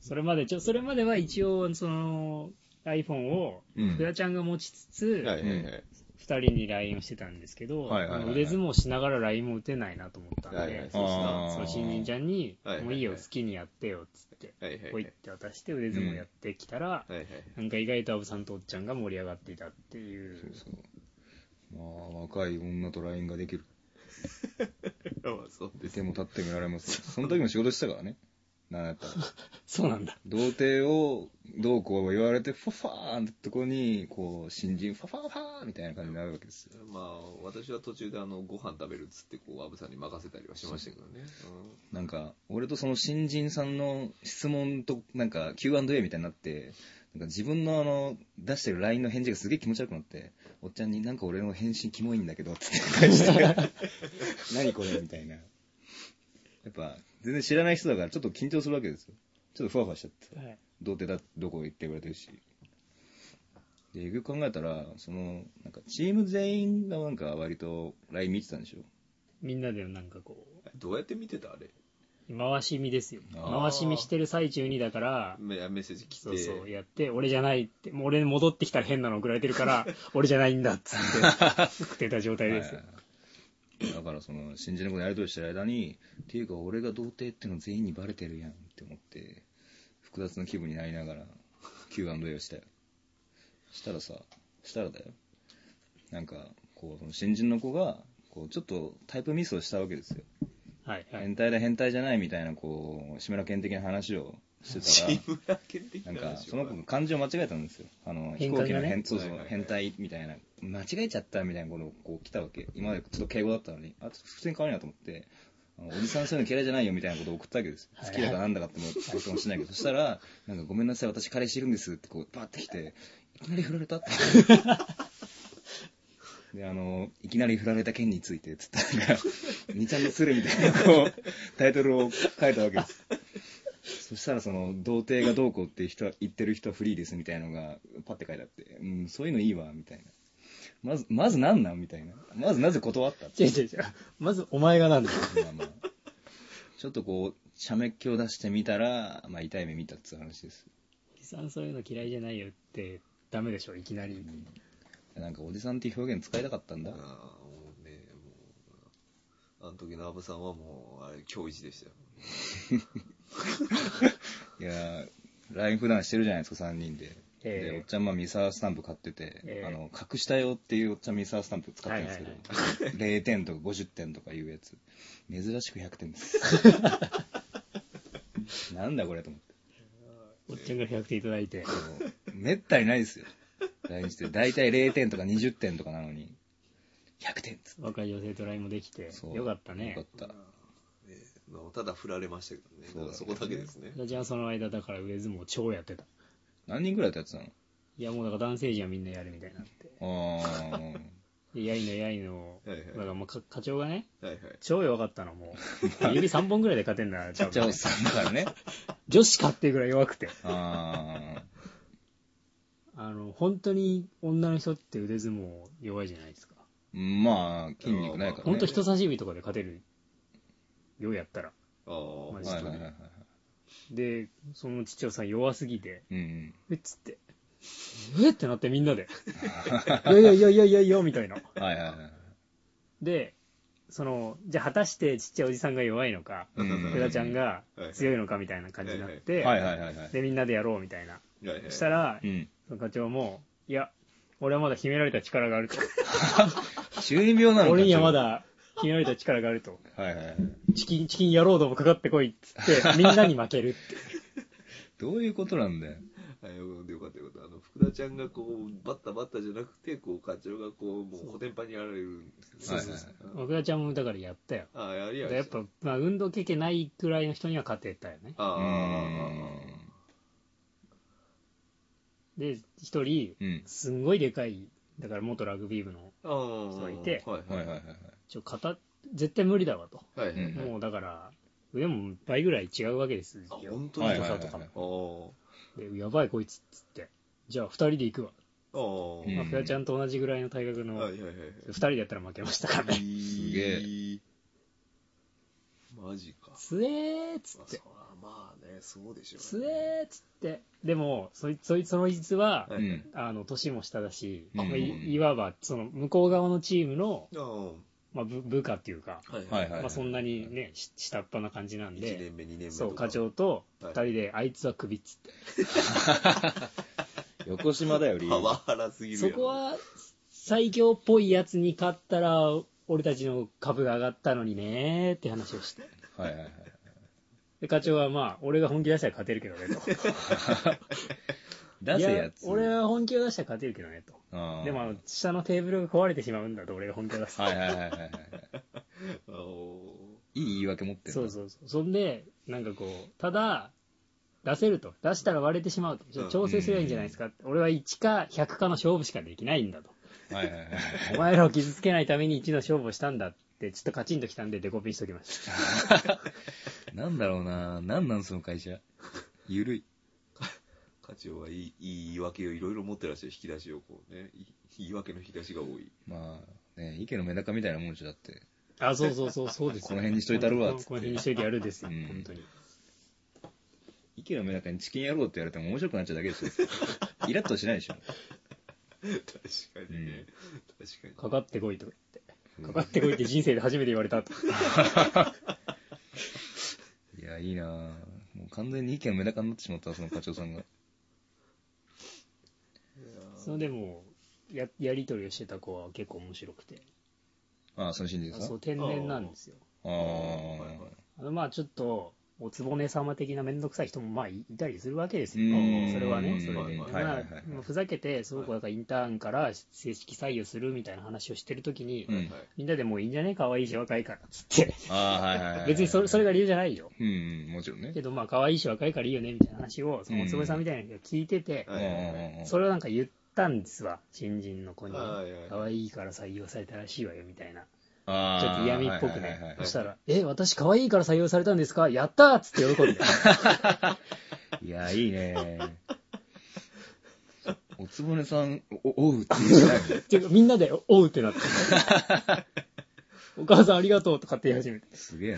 [SPEAKER 2] それまで、ちょ、それまでは一応、その、iPhone を、
[SPEAKER 1] うん
[SPEAKER 2] 福田ちゃんが持ちつつ、
[SPEAKER 3] はい
[SPEAKER 2] 二
[SPEAKER 3] はいはい。
[SPEAKER 2] 人に LINE をしてたんですけど、
[SPEAKER 1] はいはいはいはい
[SPEAKER 2] 腕相撲しながら LINE も打てないなと思ったんで、
[SPEAKER 3] はいはい、
[SPEAKER 1] あ
[SPEAKER 3] そうっすな。
[SPEAKER 2] その新人ちゃんに、
[SPEAKER 3] はいはいはい
[SPEAKER 2] もういいよ、好きにやってよっつって、
[SPEAKER 3] はいはい
[SPEAKER 2] ポ
[SPEAKER 3] は
[SPEAKER 2] イ
[SPEAKER 3] い
[SPEAKER 2] っ。て渡して腕相撲やってきたら、
[SPEAKER 3] はいはいはい。
[SPEAKER 2] なんか意外とアブさんとおっちゃんが盛り上がっていたっていう。
[SPEAKER 1] そうそう。まあ、若い女と LINE ができる。
[SPEAKER 3] まあそうです。
[SPEAKER 1] でも立ってみられますよ。その時も仕事してたからね。なんやったら。
[SPEAKER 2] そうなんだ。
[SPEAKER 1] 童貞をどうこう言われて、ファファーンってとこに、こう、新人、ファファーファーみたいな感じになるわけですよ。
[SPEAKER 3] まあ、私は途中であの、ご飯食べるっつって、こう、アブさんに任せたりはしましたけどね。
[SPEAKER 1] なんか、俺とその新人さんの質問と、なんか Q&A みたいになって、なんか自分のあの、出してる LINE の返事がすげえ気持ち悪くなって、おっちゃんになんか俺の返信キモいんだけど、つって返して 何これみたいな。やっぱ、全然知らない人だからちょっと緊張するわけですよ。ちょっとふわふわしちゃって。
[SPEAKER 2] はい。
[SPEAKER 1] 童貞だどこ行って言われてるしでよく考えたらそのなんかチーム全員がなんか割と LINE 見てたんでしょ
[SPEAKER 2] みんなでなんかこ
[SPEAKER 3] うんどうやって見てたあれ。
[SPEAKER 2] う、回し見ですよ。
[SPEAKER 1] あー
[SPEAKER 2] 回し見してる最中にだから、
[SPEAKER 3] メメッセージ来て。
[SPEAKER 2] そ うそう、やって、俺じゃないって、もう俺戻ってきたら変なの送られてる から、俺じゃないんだっつ って、食ってた状態ですよ。
[SPEAKER 1] はいだからその新人の子のやり取りしてる間にっていうか俺が童貞っての全員にバレてるやんって思って複雑な気分になりながら Q&A をしたよしたらさしたらだよなんかこうその新人の子がこうちょっとタイプミスをしたわけですよ
[SPEAKER 2] はい、はい。
[SPEAKER 1] 変態だ変態じゃないみたいなこう志村けん的な話をしてたら
[SPEAKER 3] チームラケン的
[SPEAKER 1] なん
[SPEAKER 3] な
[SPEAKER 1] か
[SPEAKER 3] 話
[SPEAKER 1] その子漢字を間違えたんですよあの飛
[SPEAKER 2] 変換
[SPEAKER 1] 行機の
[SPEAKER 2] がね
[SPEAKER 1] 変そうそう
[SPEAKER 3] はいはいはい
[SPEAKER 1] 変態みたいな間違えちゃったみたいなことをこう来たわけ今までちょっと敬語だったのにあちょっと普通に可愛いなと思ってあのおじさんそういうの嫌いじゃないよみたいなことを送ったわけです
[SPEAKER 2] はい
[SPEAKER 1] 好きだかなんだかってもうかもしれないけどそしたら「なんかごめんなさい私彼氏いるんです」ってこうバーって来ていきなり振られた って。で、あの、いきなり振られた件について、つったら、2ちゃんのするみたいな、こ う、タイトルを書いたわけです。そしたら、その、童貞がどうこうって人は言ってる人はフリーですみたいなのが、パッて書いてあって、うん、そういうのいいわ、みたいな。まず、まずなんなんみたいな。まずなぜ断ったって
[SPEAKER 2] 違う違う違う。まずお前がなんだよ。
[SPEAKER 1] まあまあ。ちょっとこう、茶目っ気を出してみたら、まあ、痛い目見たっていう話です。
[SPEAKER 2] おじさんそういうの嫌いじゃないよって、ダメでしょ、いきなり。
[SPEAKER 1] なんか、おじさんっていう表現使いたかったんだ
[SPEAKER 3] ああ。もうね、もう、あの時のアブさんはもう、あれ、今日一でしたよ。
[SPEAKER 1] いやー、LINE 普段してるじゃないですか、3人で。
[SPEAKER 2] ええ
[SPEAKER 1] で、おっちゃんはミサースタンプ買ってて、
[SPEAKER 2] ええ
[SPEAKER 1] あの、隠したよっていうおっちゃんミサースタンプ使ってるんですけど、
[SPEAKER 2] は い
[SPEAKER 1] 0点とか50点とかいうやつ。珍しく100点 です。なんだこれと思って。
[SPEAKER 2] おっちゃんが100点いただいて。
[SPEAKER 1] めったにないですよ。LINE して、だいたい0点とか20点とかなのに、100点っつって
[SPEAKER 2] 若い女性と LINE もできて、よかった
[SPEAKER 1] よ
[SPEAKER 2] ね。
[SPEAKER 1] かった。
[SPEAKER 3] ねまあただ振られましたけどね。
[SPEAKER 1] そ
[SPEAKER 3] そう
[SPEAKER 1] だね
[SPEAKER 3] そこだけですね。
[SPEAKER 2] じゃあその間だから上相撲超やってた。
[SPEAKER 1] 何人くらいとやってたの
[SPEAKER 2] いやもうだから男性陣はみんなやるみたいになって。
[SPEAKER 1] あ ー。
[SPEAKER 2] でやいのやいの、
[SPEAKER 3] はいはい
[SPEAKER 2] だから もうか課長がね、
[SPEAKER 3] はいはい。
[SPEAKER 2] 超弱かったのもう。指3本ぐらいで勝てんだ、 ちゃ
[SPEAKER 1] じゃあおっさんだからね。
[SPEAKER 2] 女子かっていうぐらい弱くて。
[SPEAKER 1] あー。
[SPEAKER 2] あの、本当に女の人って腕相撲弱いじゃないですか。
[SPEAKER 1] まあ、筋肉ないからね。
[SPEAKER 2] 本当人差し指とかで勝てるよ、やったら。
[SPEAKER 3] ああ、
[SPEAKER 2] マ
[SPEAKER 3] マ
[SPEAKER 2] ジ
[SPEAKER 3] ジ
[SPEAKER 2] で
[SPEAKER 1] は
[SPEAKER 3] で
[SPEAKER 1] いはいはいはい。
[SPEAKER 2] で、その父親さん弱すぎて、
[SPEAKER 1] うん
[SPEAKER 2] うっつって、えってなってみ んなで。いやいやいやいやいやいや、みたいな。
[SPEAKER 1] はいはいはい。
[SPEAKER 2] で、その、じゃあ果たしてちっちゃいおじさんが弱いのか、
[SPEAKER 1] う
[SPEAKER 2] 福田ちゃんが
[SPEAKER 3] はい
[SPEAKER 2] 強いのかみたいな感じになって、
[SPEAKER 1] はいはいはいはい。
[SPEAKER 2] で、みんなでやろうみたいな。
[SPEAKER 3] はいは
[SPEAKER 2] そ
[SPEAKER 3] い
[SPEAKER 2] したら
[SPEAKER 1] う、ん。
[SPEAKER 2] その課長も、いや、俺はまだ秘められた力があると。
[SPEAKER 1] 中二病なのか
[SPEAKER 2] 俺にはま。だ秘められた力がある
[SPEAKER 1] ち
[SPEAKER 2] と。
[SPEAKER 1] ょっとはいはいはい。
[SPEAKER 2] チキン、チキン野郎どもかかってこいっつ って、みんなに負けるって。
[SPEAKER 1] どういうことなんだよ。
[SPEAKER 3] はい、よかったよかった。あの、福田ちゃんがこう、バッタバッタじゃなくて、こう、課長がこう、もう、補填パンにやられるんです。
[SPEAKER 1] そうそうそう
[SPEAKER 2] 僕らちゃんもだからやったよ。
[SPEAKER 3] ああ、やり
[SPEAKER 2] だ
[SPEAKER 3] や
[SPEAKER 2] からや
[SPEAKER 3] あ
[SPEAKER 2] っぱ、まあ、運動経験ないくらいの人には勝てたよね。
[SPEAKER 3] あ
[SPEAKER 1] う
[SPEAKER 3] ー、
[SPEAKER 2] で、一人、
[SPEAKER 1] ーん。うん。
[SPEAKER 2] すんごいでかい、だから元ラグビー部の、
[SPEAKER 3] ああ、
[SPEAKER 2] そういて
[SPEAKER 3] はい
[SPEAKER 1] は
[SPEAKER 3] は
[SPEAKER 1] いはい
[SPEAKER 3] い
[SPEAKER 1] は
[SPEAKER 3] はい。
[SPEAKER 1] はいい。
[SPEAKER 2] ちょ、肩、絶対無理だわと。
[SPEAKER 3] はいはいはい。
[SPEAKER 2] もうだから、腕も倍ぐらい違うわけです
[SPEAKER 3] あ、
[SPEAKER 2] よ。
[SPEAKER 3] 本当に
[SPEAKER 1] はい
[SPEAKER 3] あ
[SPEAKER 1] はいはい
[SPEAKER 2] 太さとかも
[SPEAKER 3] あ
[SPEAKER 2] で、やばいこいつっつって。じゃあ、二人で行くわ。
[SPEAKER 3] あー。
[SPEAKER 1] うん
[SPEAKER 2] まあ、フワちゃんと同じぐらいの体格
[SPEAKER 3] は
[SPEAKER 2] の、
[SPEAKER 3] いはいはい
[SPEAKER 2] 二人でやったら負けましたか
[SPEAKER 3] は
[SPEAKER 2] ら
[SPEAKER 3] い。
[SPEAKER 2] ね。
[SPEAKER 3] す
[SPEAKER 1] げ
[SPEAKER 3] え。マジか。
[SPEAKER 2] つえーっつ
[SPEAKER 3] まあ
[SPEAKER 2] っ
[SPEAKER 3] そ
[SPEAKER 2] て
[SPEAKER 3] ら。まあね、そうでしょう
[SPEAKER 2] つ
[SPEAKER 3] ね。
[SPEAKER 2] えーっつって。でも、そいつ、そいつ、そのいつは、
[SPEAKER 3] は
[SPEAKER 1] う
[SPEAKER 3] い
[SPEAKER 1] ん。
[SPEAKER 2] あの、年も下だし、
[SPEAKER 1] うん
[SPEAKER 2] まあいいわば、その、向こう側のチームの、
[SPEAKER 3] ああ。
[SPEAKER 2] まあ、部部下っていうか、
[SPEAKER 3] はい
[SPEAKER 1] はいはい
[SPEAKER 2] まあ、そんなにね、し下っ端な感じなん
[SPEAKER 3] 1
[SPEAKER 2] で、
[SPEAKER 3] 年目、2年目とか。
[SPEAKER 2] そう、課長と
[SPEAKER 3] はい
[SPEAKER 2] 二人で、あいつは首っつって。
[SPEAKER 1] 横島だよ、 理由
[SPEAKER 3] パワハラすぎるや
[SPEAKER 2] そ
[SPEAKER 3] ろ
[SPEAKER 2] こは、最強っぽいやつに勝ったら、俺たちの株が上がったのにねーって話をして。
[SPEAKER 1] はいはいはい。
[SPEAKER 2] で、課長はまあ、俺が本気出したら勝てるけどね、と。
[SPEAKER 1] 出せやつ。
[SPEAKER 2] い俺は本気を出したら勝てるけどね、と。
[SPEAKER 1] あー
[SPEAKER 2] でもあの、下のテーブルが壊れてしまうんだと、俺が本気を出すと。
[SPEAKER 1] はいはいはいはいはい。
[SPEAKER 3] あの
[SPEAKER 1] いい言い訳持ってる。
[SPEAKER 2] そうそうそう。そんで、なんかこう、ただ、出せると。出したら割れてしまうと。じゃあ調整すればいいんじゃないですか。俺は1か100かの勝負しかできないんだと。
[SPEAKER 1] う。はいはいはい。
[SPEAKER 2] お前らを傷つけないために1の勝負をしたんだって、ちょっとカチンときたんでデコピンしときました。
[SPEAKER 1] なんだろうななんなんその会社。ゆるい。
[SPEAKER 3] 課長はいいいい言い訳をいろいろ持ってらっしゃる引き出しをこうね、い言い訳の引き出しが多 い。
[SPEAKER 1] まあ、ね、池のメダカみたいなもんでしょ、だって。
[SPEAKER 2] あ、そうそう そう、そうですよ
[SPEAKER 1] この辺にしといたるわ
[SPEAKER 2] このこの辺にしといてやるですよ、
[SPEAKER 1] うん
[SPEAKER 2] 本当に。
[SPEAKER 1] 池のメダカにチキン野郎って言われても面白くなっちゃうだけでしょ。イラッとしないでしょ。
[SPEAKER 3] 確かにね。確か
[SPEAKER 2] かかってこいとか言って。かかってこいって人生で初めて言われたと。
[SPEAKER 1] いや、いいなもう完全に池のメダカになってしまったわ、その課長さ ん
[SPEAKER 3] に。
[SPEAKER 1] が。
[SPEAKER 3] いやー
[SPEAKER 2] それでもう、や、やりとりをしてた子は結構面白くて。
[SPEAKER 1] ああ、そのシーンですか
[SPEAKER 2] そう、天然なんですよ。
[SPEAKER 1] ああ、
[SPEAKER 3] はいはい
[SPEAKER 2] あのまあちょっと、おつぼね様的なめんどくさい人もまあいいたりするわけですよ
[SPEAKER 1] うん。
[SPEAKER 2] それはね、それで。
[SPEAKER 3] はいはい
[SPEAKER 1] はい
[SPEAKER 2] ま
[SPEAKER 1] は
[SPEAKER 2] あ
[SPEAKER 1] い
[SPEAKER 2] まあふざけて、その子がインターンから正式採用するみたいな話をしてるときに、
[SPEAKER 1] う ん
[SPEAKER 3] はいはい
[SPEAKER 2] みんなでもういいんじゃね可愛いし若いから、つって。
[SPEAKER 1] ああ、はいはいはい。
[SPEAKER 2] 別にそれそれが理由じゃないよ。
[SPEAKER 1] うんうん、もちろんね。
[SPEAKER 2] けどまあ可愛いし若いからいいよね、みたいな話を、そのおつぼねさんみたいな人が聞いてて、
[SPEAKER 1] うんうんうん
[SPEAKER 2] それをなんか言ったんですわ、新人の子に。
[SPEAKER 3] はいはいはい
[SPEAKER 2] 可愛いから採用されたらしいわよ、みたいな。
[SPEAKER 1] あ
[SPEAKER 2] ちょっと嫌味っぽく
[SPEAKER 1] はいはいはいは
[SPEAKER 2] ね
[SPEAKER 1] い。
[SPEAKER 2] そしたら、え、私可愛いから採用されたんですかやったーっつって喜んで。
[SPEAKER 1] いや、いい ね。おつぼねさん、お、おうって言うじゃない
[SPEAKER 2] っていうか、みんなで、おうって なって。お母さんありがとうとかって言い始めて。
[SPEAKER 1] すげえ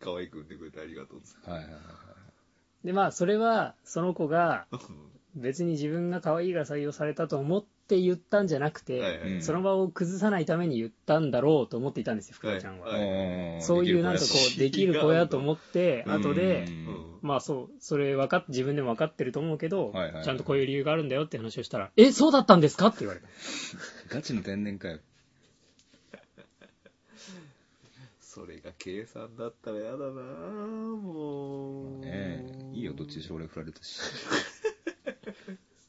[SPEAKER 3] 可愛く産んでくれてありがとうっつって
[SPEAKER 1] な。はいはいはい。
[SPEAKER 2] で、まあ、それは、その子が、
[SPEAKER 3] うん
[SPEAKER 2] 別に自分が可愛いから採用されたと思って言ったんじゃなくて、
[SPEAKER 3] はいはい
[SPEAKER 1] うん
[SPEAKER 2] その場を崩さないために言ったんだろうと思っていたんですよ、福田ちゃんは。
[SPEAKER 3] はい
[SPEAKER 1] うん
[SPEAKER 2] そういう、なんかこう、できる子やと思って、
[SPEAKER 1] うん
[SPEAKER 2] 後で、
[SPEAKER 1] うん
[SPEAKER 2] まあそう、それ分かっ、自分でも分かってると思うけど、
[SPEAKER 1] はいはいはい
[SPEAKER 2] ちゃんとこういう理由があるんだよって話をしたら、え、そうだったんですかって言われた。
[SPEAKER 1] ガチの天然かよ。
[SPEAKER 3] それが計算だったらやだなーもう。
[SPEAKER 1] ねえ、いいよ、どっちでしょ、俺振られたし。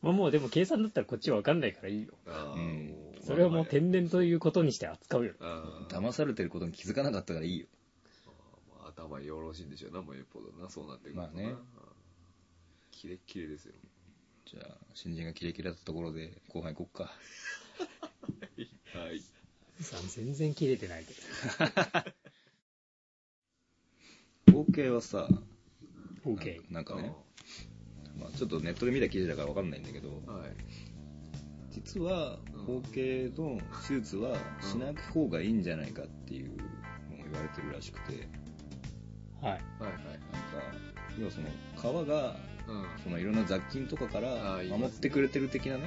[SPEAKER 2] まあもうでも計算だったらこっちは分かんないからいいよ。
[SPEAKER 3] あー
[SPEAKER 1] うん
[SPEAKER 3] もう
[SPEAKER 2] それはもう天然ということにして扱うよ。
[SPEAKER 3] あー
[SPEAKER 1] 騙されてることに気づかなかったからいいよ。
[SPEAKER 3] まあ頭よろしいんでしょうな、もうよっぽどな、そうなってくるとな
[SPEAKER 1] まあね。
[SPEAKER 3] キレッキレですよ。
[SPEAKER 1] じゃあ、新人がキレキレだったところで、後半行こっか。
[SPEAKER 3] はい。
[SPEAKER 2] さ全然切れてないけど。
[SPEAKER 1] 合計はさ、
[SPEAKER 2] OK。
[SPEAKER 1] なんかね、まあ、ちょっとネットで見た記事だからわかんないんだけど、
[SPEAKER 3] はい。
[SPEAKER 1] 実は包茎の手術はしない方がいいんじゃないかっていうのも言われてるらしくて
[SPEAKER 2] はい。
[SPEAKER 3] はいはい。
[SPEAKER 1] なんか要はその皮が
[SPEAKER 3] うん。い
[SPEAKER 1] そのいろんな雑菌とかから
[SPEAKER 3] あーいますね
[SPEAKER 1] 守ってくれてる的なね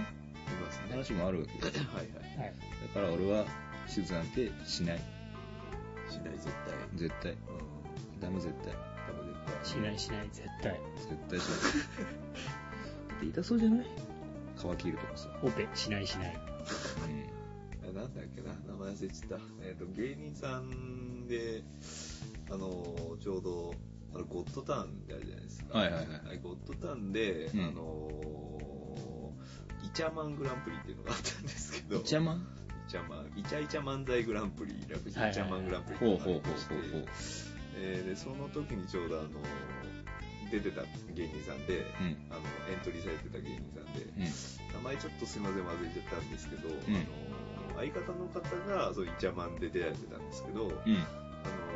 [SPEAKER 3] ますね。
[SPEAKER 1] 話もあるわけだ
[SPEAKER 3] はいはい。
[SPEAKER 2] はい。
[SPEAKER 1] から俺は手術なんてしない
[SPEAKER 3] しない、絶対。
[SPEAKER 1] 絶対
[SPEAKER 3] うん。
[SPEAKER 1] ダメ絶対
[SPEAKER 3] 多分絶対。
[SPEAKER 2] しないしない、絶対。
[SPEAKER 1] 絶対しないだって痛そうじゃない皮切るとかさ、
[SPEAKER 2] オペ、しないしない。
[SPEAKER 1] う
[SPEAKER 3] えなんだっけな名前忘れちゃった、えっと芸人さんであのちょうどあのゴッドターンってあるじゃないですか
[SPEAKER 1] はいはいはい
[SPEAKER 3] あれゴッドターンで、
[SPEAKER 1] うん
[SPEAKER 3] あのイチャマングランプリっていうのがあったんですけど
[SPEAKER 1] ん、イチャ
[SPEAKER 3] ン
[SPEAKER 1] マン
[SPEAKER 3] イチャマンイチャイチャ漫才グランプリ略して
[SPEAKER 2] はい
[SPEAKER 3] イチャマングランプリ
[SPEAKER 1] ほうほうほうほうほ
[SPEAKER 3] う
[SPEAKER 1] う
[SPEAKER 3] えーでその時にちょうどあの出てた芸人さんで
[SPEAKER 1] うん
[SPEAKER 3] あのエントリーされてた芸人さんで、
[SPEAKER 1] うん
[SPEAKER 3] 名前ちょっとすいません忘れちゃったんですけど、
[SPEAKER 1] ん
[SPEAKER 3] あの相方の方がそうイチャマンで出られてたんですけど、
[SPEAKER 1] うん
[SPEAKER 3] あ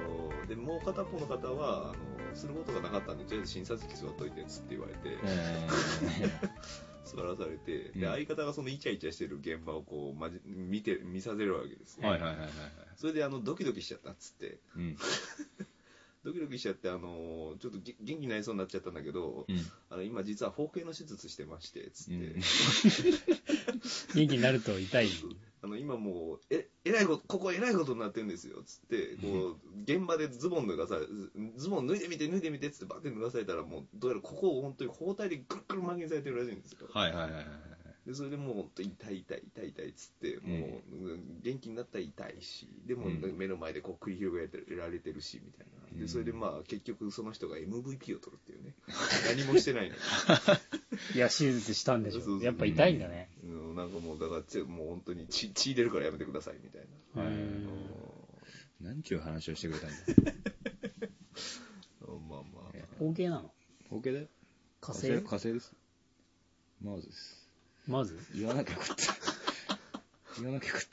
[SPEAKER 3] のでもう片方の方はあのすることがなかったんでとりあえず審査席座っといてっつって言われて、
[SPEAKER 1] え
[SPEAKER 3] 座らされて、
[SPEAKER 1] う
[SPEAKER 3] で
[SPEAKER 1] ん
[SPEAKER 3] 相方がそのイチャイチャしてる現場をこう、まじ、見て見させるわけです
[SPEAKER 1] ー
[SPEAKER 3] よ、
[SPEAKER 1] はいはいはいはいはい
[SPEAKER 3] それであのドキドキしちゃったっつって
[SPEAKER 1] うん
[SPEAKER 3] ドキドキしちゃってあのちょっとげ元気になりそうになっちゃったんだけど、
[SPEAKER 1] うん
[SPEAKER 3] あの今実は包茎の手術してましてっつって。
[SPEAKER 1] うん
[SPEAKER 2] 元気になると 痛い。
[SPEAKER 3] あの今もうええらいことここえらいことになってるんですよつってこう現場でズボン脱がされズズボン脱いでみて脱いでみてっつってバッて脱がされたらもうどうやらここを本当に包帯でぐるぐる巻きにされてるらしいんですよ、
[SPEAKER 1] はいはいはいはい
[SPEAKER 3] でそれでもう本当に痛い痛い痛い痛いっつってもう、元気になったら痛いしでも
[SPEAKER 1] うん
[SPEAKER 3] 目の前でこう繰り広げられてるしみたいな
[SPEAKER 1] う
[SPEAKER 3] で
[SPEAKER 1] ん
[SPEAKER 3] それでまあ結局その人が MVP を取るっていうね何もしてない のに
[SPEAKER 2] いや、手術したんでし
[SPEAKER 3] そうそう
[SPEAKER 2] ょ。
[SPEAKER 3] そう
[SPEAKER 2] やっぱ痛いんだね。
[SPEAKER 3] うんなんかもうだからちもう本当に血血出るからやめてくださいみたいな、
[SPEAKER 2] う
[SPEAKER 1] うん
[SPEAKER 2] ん
[SPEAKER 1] 何ちゅう話をしてくれたんだ
[SPEAKER 3] うんまあまあ、
[SPEAKER 2] 包茎なの
[SPEAKER 1] OK だよ
[SPEAKER 2] 火星
[SPEAKER 1] 火星ですマウスです
[SPEAKER 2] まず
[SPEAKER 1] 言わなきゃよかった言わなきゃよかった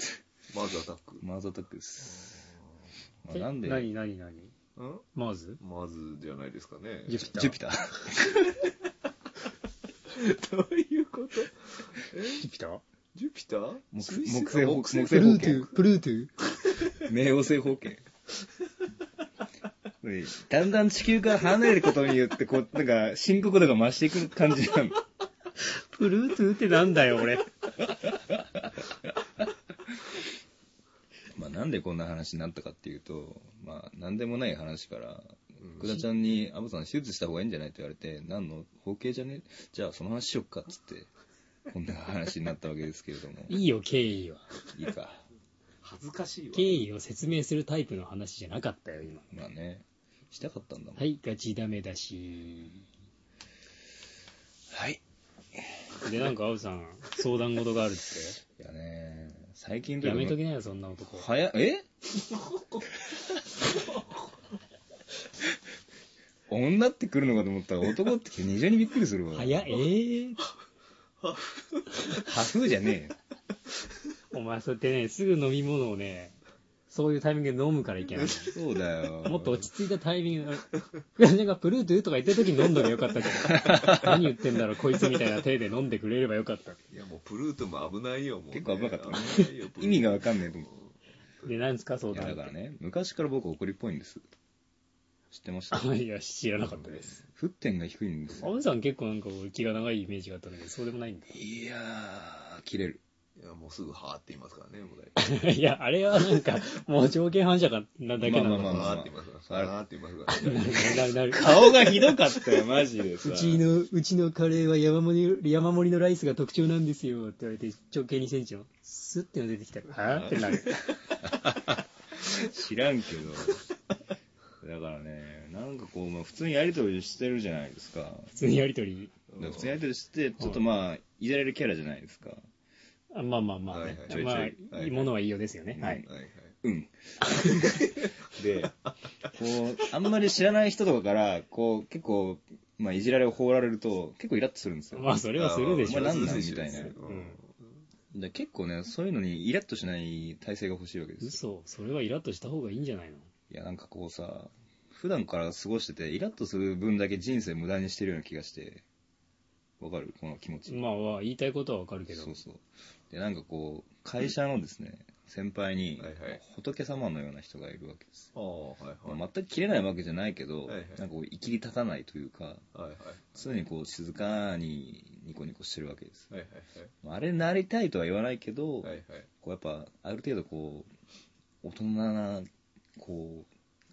[SPEAKER 3] まずアタック。
[SPEAKER 1] マウスアタックです、まあ
[SPEAKER 2] え
[SPEAKER 1] なんで
[SPEAKER 2] 何何何
[SPEAKER 3] うん
[SPEAKER 2] まず
[SPEAKER 3] まずじゃないですかね。
[SPEAKER 2] ジュピター。
[SPEAKER 1] ジュピター
[SPEAKER 3] どういうこと
[SPEAKER 2] ジュピター
[SPEAKER 3] ジュピター
[SPEAKER 1] 木
[SPEAKER 3] 水星
[SPEAKER 1] 木星
[SPEAKER 3] あ
[SPEAKER 1] 木星
[SPEAKER 2] プルートゥー、プルートゥー。
[SPEAKER 1] 冥王星方形 これだんだん地球から離れることによってこうなんか深刻度が増していく感じなの
[SPEAKER 2] プルートゥーってなんだよ、 俺。
[SPEAKER 1] まあなんでこんな話になったかっていうとまあなんでもない話から
[SPEAKER 3] うん
[SPEAKER 1] 福田ちゃんに「アブさん手術した方がいいんじゃない?」って言われて「何の包茎じゃねじゃあその話しよっか」っつってこんな話になったわけですけれ ども
[SPEAKER 2] いいよ、経緯は。
[SPEAKER 1] いいか
[SPEAKER 3] 恥ずかしいわ。
[SPEAKER 2] 経緯を説明するタイプの話じゃなかったよ、今。
[SPEAKER 1] まあねしたかったんだもん
[SPEAKER 2] はい、ガチダメだし。
[SPEAKER 1] はい
[SPEAKER 2] で、なんか、青さん、相談事が ある
[SPEAKER 1] い
[SPEAKER 2] っ
[SPEAKER 1] やね最近
[SPEAKER 2] て。やめと
[SPEAKER 1] き
[SPEAKER 2] きなよ、そんな男。
[SPEAKER 1] 早え女って来るのかと思ったら男って来て二重にびっくりするわ
[SPEAKER 2] 早えー、
[SPEAKER 1] 破風じゃねえよ
[SPEAKER 2] お前、そうやってね、すぐ飲み物をね、そういうタイミングで飲むからい けない。
[SPEAKER 1] そうだよ
[SPEAKER 2] もっと落ち着いたタイミング、なんかプルートゥーとか言った時に飲んどけばよかった けど、何言ってんだろう、こいつみたいな手で飲んでくれればよかった。
[SPEAKER 3] いやもうプルートも危ないよ、もう、
[SPEAKER 1] 結構危なかったね
[SPEAKER 3] 危ないよプルート
[SPEAKER 1] 意味がわかんねえと思う
[SPEAKER 2] で、なんですか、相
[SPEAKER 1] いや
[SPEAKER 2] 談
[SPEAKER 1] だ
[SPEAKER 2] って
[SPEAKER 1] からね昔から僕怒りっぽいんです知ってました
[SPEAKER 2] あいや、知らなかったです。
[SPEAKER 1] 沸点が低いんです
[SPEAKER 2] ア
[SPEAKER 1] よ
[SPEAKER 2] ムさん結構なんかこう気が長いイメージがあったんだけど、そうでもないんだ。
[SPEAKER 1] いやー切れる
[SPEAKER 3] いやもうすぐはーって言いますからね、もう大体。
[SPEAKER 2] いや、あれはなんか、もう条件反射かなだけなの。
[SPEAKER 1] まあまあ
[SPEAKER 3] はーって言いますからはーって言いますからね。
[SPEAKER 2] なるなる。
[SPEAKER 1] 顔がひどかったよマジでさ
[SPEAKER 2] うちの、うちのカレーは山盛り、山盛りのライスが特徴なんですよって言われて、直径2センチの、スッての出てきたら、はぁってな る。
[SPEAKER 1] 知らんけどだからねなんかこう、まあ、普通にやり取りしてるじゃないですか
[SPEAKER 2] 普通にやりとり。
[SPEAKER 1] だから普通にやり取りしてちょっとまあいじられるキャラじゃないですか
[SPEAKER 2] あまあまあまあ、
[SPEAKER 3] はい
[SPEAKER 2] ね
[SPEAKER 3] はい
[SPEAKER 2] まあ、
[SPEAKER 3] はいいはい
[SPEAKER 2] いものはいいようですよね。
[SPEAKER 1] うん
[SPEAKER 2] はい。
[SPEAKER 3] はいはい。
[SPEAKER 1] うん。で、こう、あんまり知らない人とかから、こう、結構、まあ、いじられを放られると、結構イラッとするんですよ。
[SPEAKER 2] ま あ、それはするでしょ
[SPEAKER 1] お
[SPEAKER 2] う。
[SPEAKER 1] 前なんなん
[SPEAKER 3] するでしょ
[SPEAKER 1] みたいな
[SPEAKER 3] うん
[SPEAKER 1] で結構ね、そういうのにイラッとしない体制が欲しいわけです
[SPEAKER 2] 嘘、それはイラッとした方がいいんじゃないの
[SPEAKER 1] よ。いや、なんかこうさ、普段から過ごしてて、イラッとする分だけ人生無駄にしてるような気がして、わかるこの気持ち。
[SPEAKER 2] まあまあ、言いたいことはわかるけど
[SPEAKER 1] そ。うそう。で、なんかこう、会社のですね、先輩に
[SPEAKER 3] はいはい
[SPEAKER 1] 仏様のような人がいるわけですよ、
[SPEAKER 3] ああ、はいはい。
[SPEAKER 1] まあ全く切れないわけじゃないけど、
[SPEAKER 3] はいはい
[SPEAKER 1] なんかこう生きり立たないというか
[SPEAKER 3] はいはい。
[SPEAKER 1] 常にこう静かにニコニコしてるわけです
[SPEAKER 3] はいはい
[SPEAKER 1] まああれなりたいとは言わないけど、
[SPEAKER 3] はい。はいはい。
[SPEAKER 1] こうやっぱある程度こう大人なこ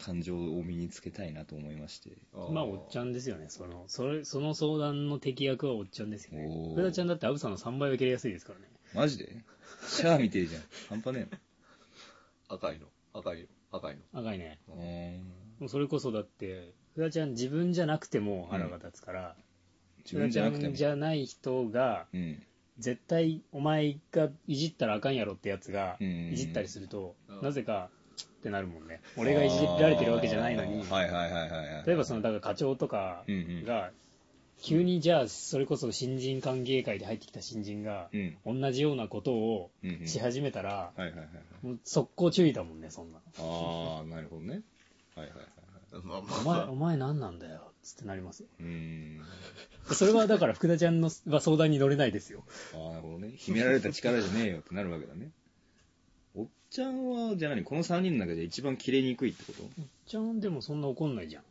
[SPEAKER 1] う感情を身につけたいなと思いまして
[SPEAKER 2] まあ、おっちゃ
[SPEAKER 3] ん。
[SPEAKER 2] んですよね。その、それ、その相談の敵役はおっちゃんですよ
[SPEAKER 1] お
[SPEAKER 2] ね
[SPEAKER 1] ー。
[SPEAKER 2] 福田ちゃんだってアブさんの3倍は切れやすいですからね。
[SPEAKER 1] マジでシャア見てる じゃん半端ね
[SPEAKER 3] 赤いの。赤いの。赤いの。
[SPEAKER 2] 赤いね。
[SPEAKER 1] えの
[SPEAKER 2] もうそれこそだって、福田ちゃん自分じゃなくても腹が立つから、
[SPEAKER 1] 自
[SPEAKER 2] 福田
[SPEAKER 1] 分
[SPEAKER 2] ち
[SPEAKER 1] じ
[SPEAKER 2] ゃ
[SPEAKER 1] ゃなくて
[SPEAKER 2] ん
[SPEAKER 1] も
[SPEAKER 2] じゃない人が、
[SPEAKER 1] うん
[SPEAKER 2] 絶対お前がいじったらあかんやろってやつが、
[SPEAKER 1] うん
[SPEAKER 2] いじったりすると
[SPEAKER 3] うん、
[SPEAKER 2] なぜか、チッってなるもんね。俺がいじられてるわけじゃないのに
[SPEAKER 1] あー、はいはいはいはいはい
[SPEAKER 2] 例えばその、だから課長とか
[SPEAKER 1] うんうん
[SPEAKER 2] が、急にじゃあ、それこそ新人歓迎会で入ってきた新人が
[SPEAKER 1] う、ん
[SPEAKER 2] 同じようなことを
[SPEAKER 1] うんうん
[SPEAKER 2] し始めたら、
[SPEAKER 1] はいはいはいはい
[SPEAKER 2] もう速攻注意だもんね、そんな。
[SPEAKER 1] ああなるほどねはいはいはいはい
[SPEAKER 3] まあま
[SPEAKER 2] お前、お前何なんだよ、つってなりますよ。
[SPEAKER 1] うーん
[SPEAKER 2] それはだから福田ちゃんのは相談に乗れないですよ。
[SPEAKER 1] ああなるほどね秘められた力じゃねえよってなるわけだねおっちゃんはじゃあ何この3人の中で一番切れにくいってこと
[SPEAKER 2] ちゃんでもそんな怒んないじゃん。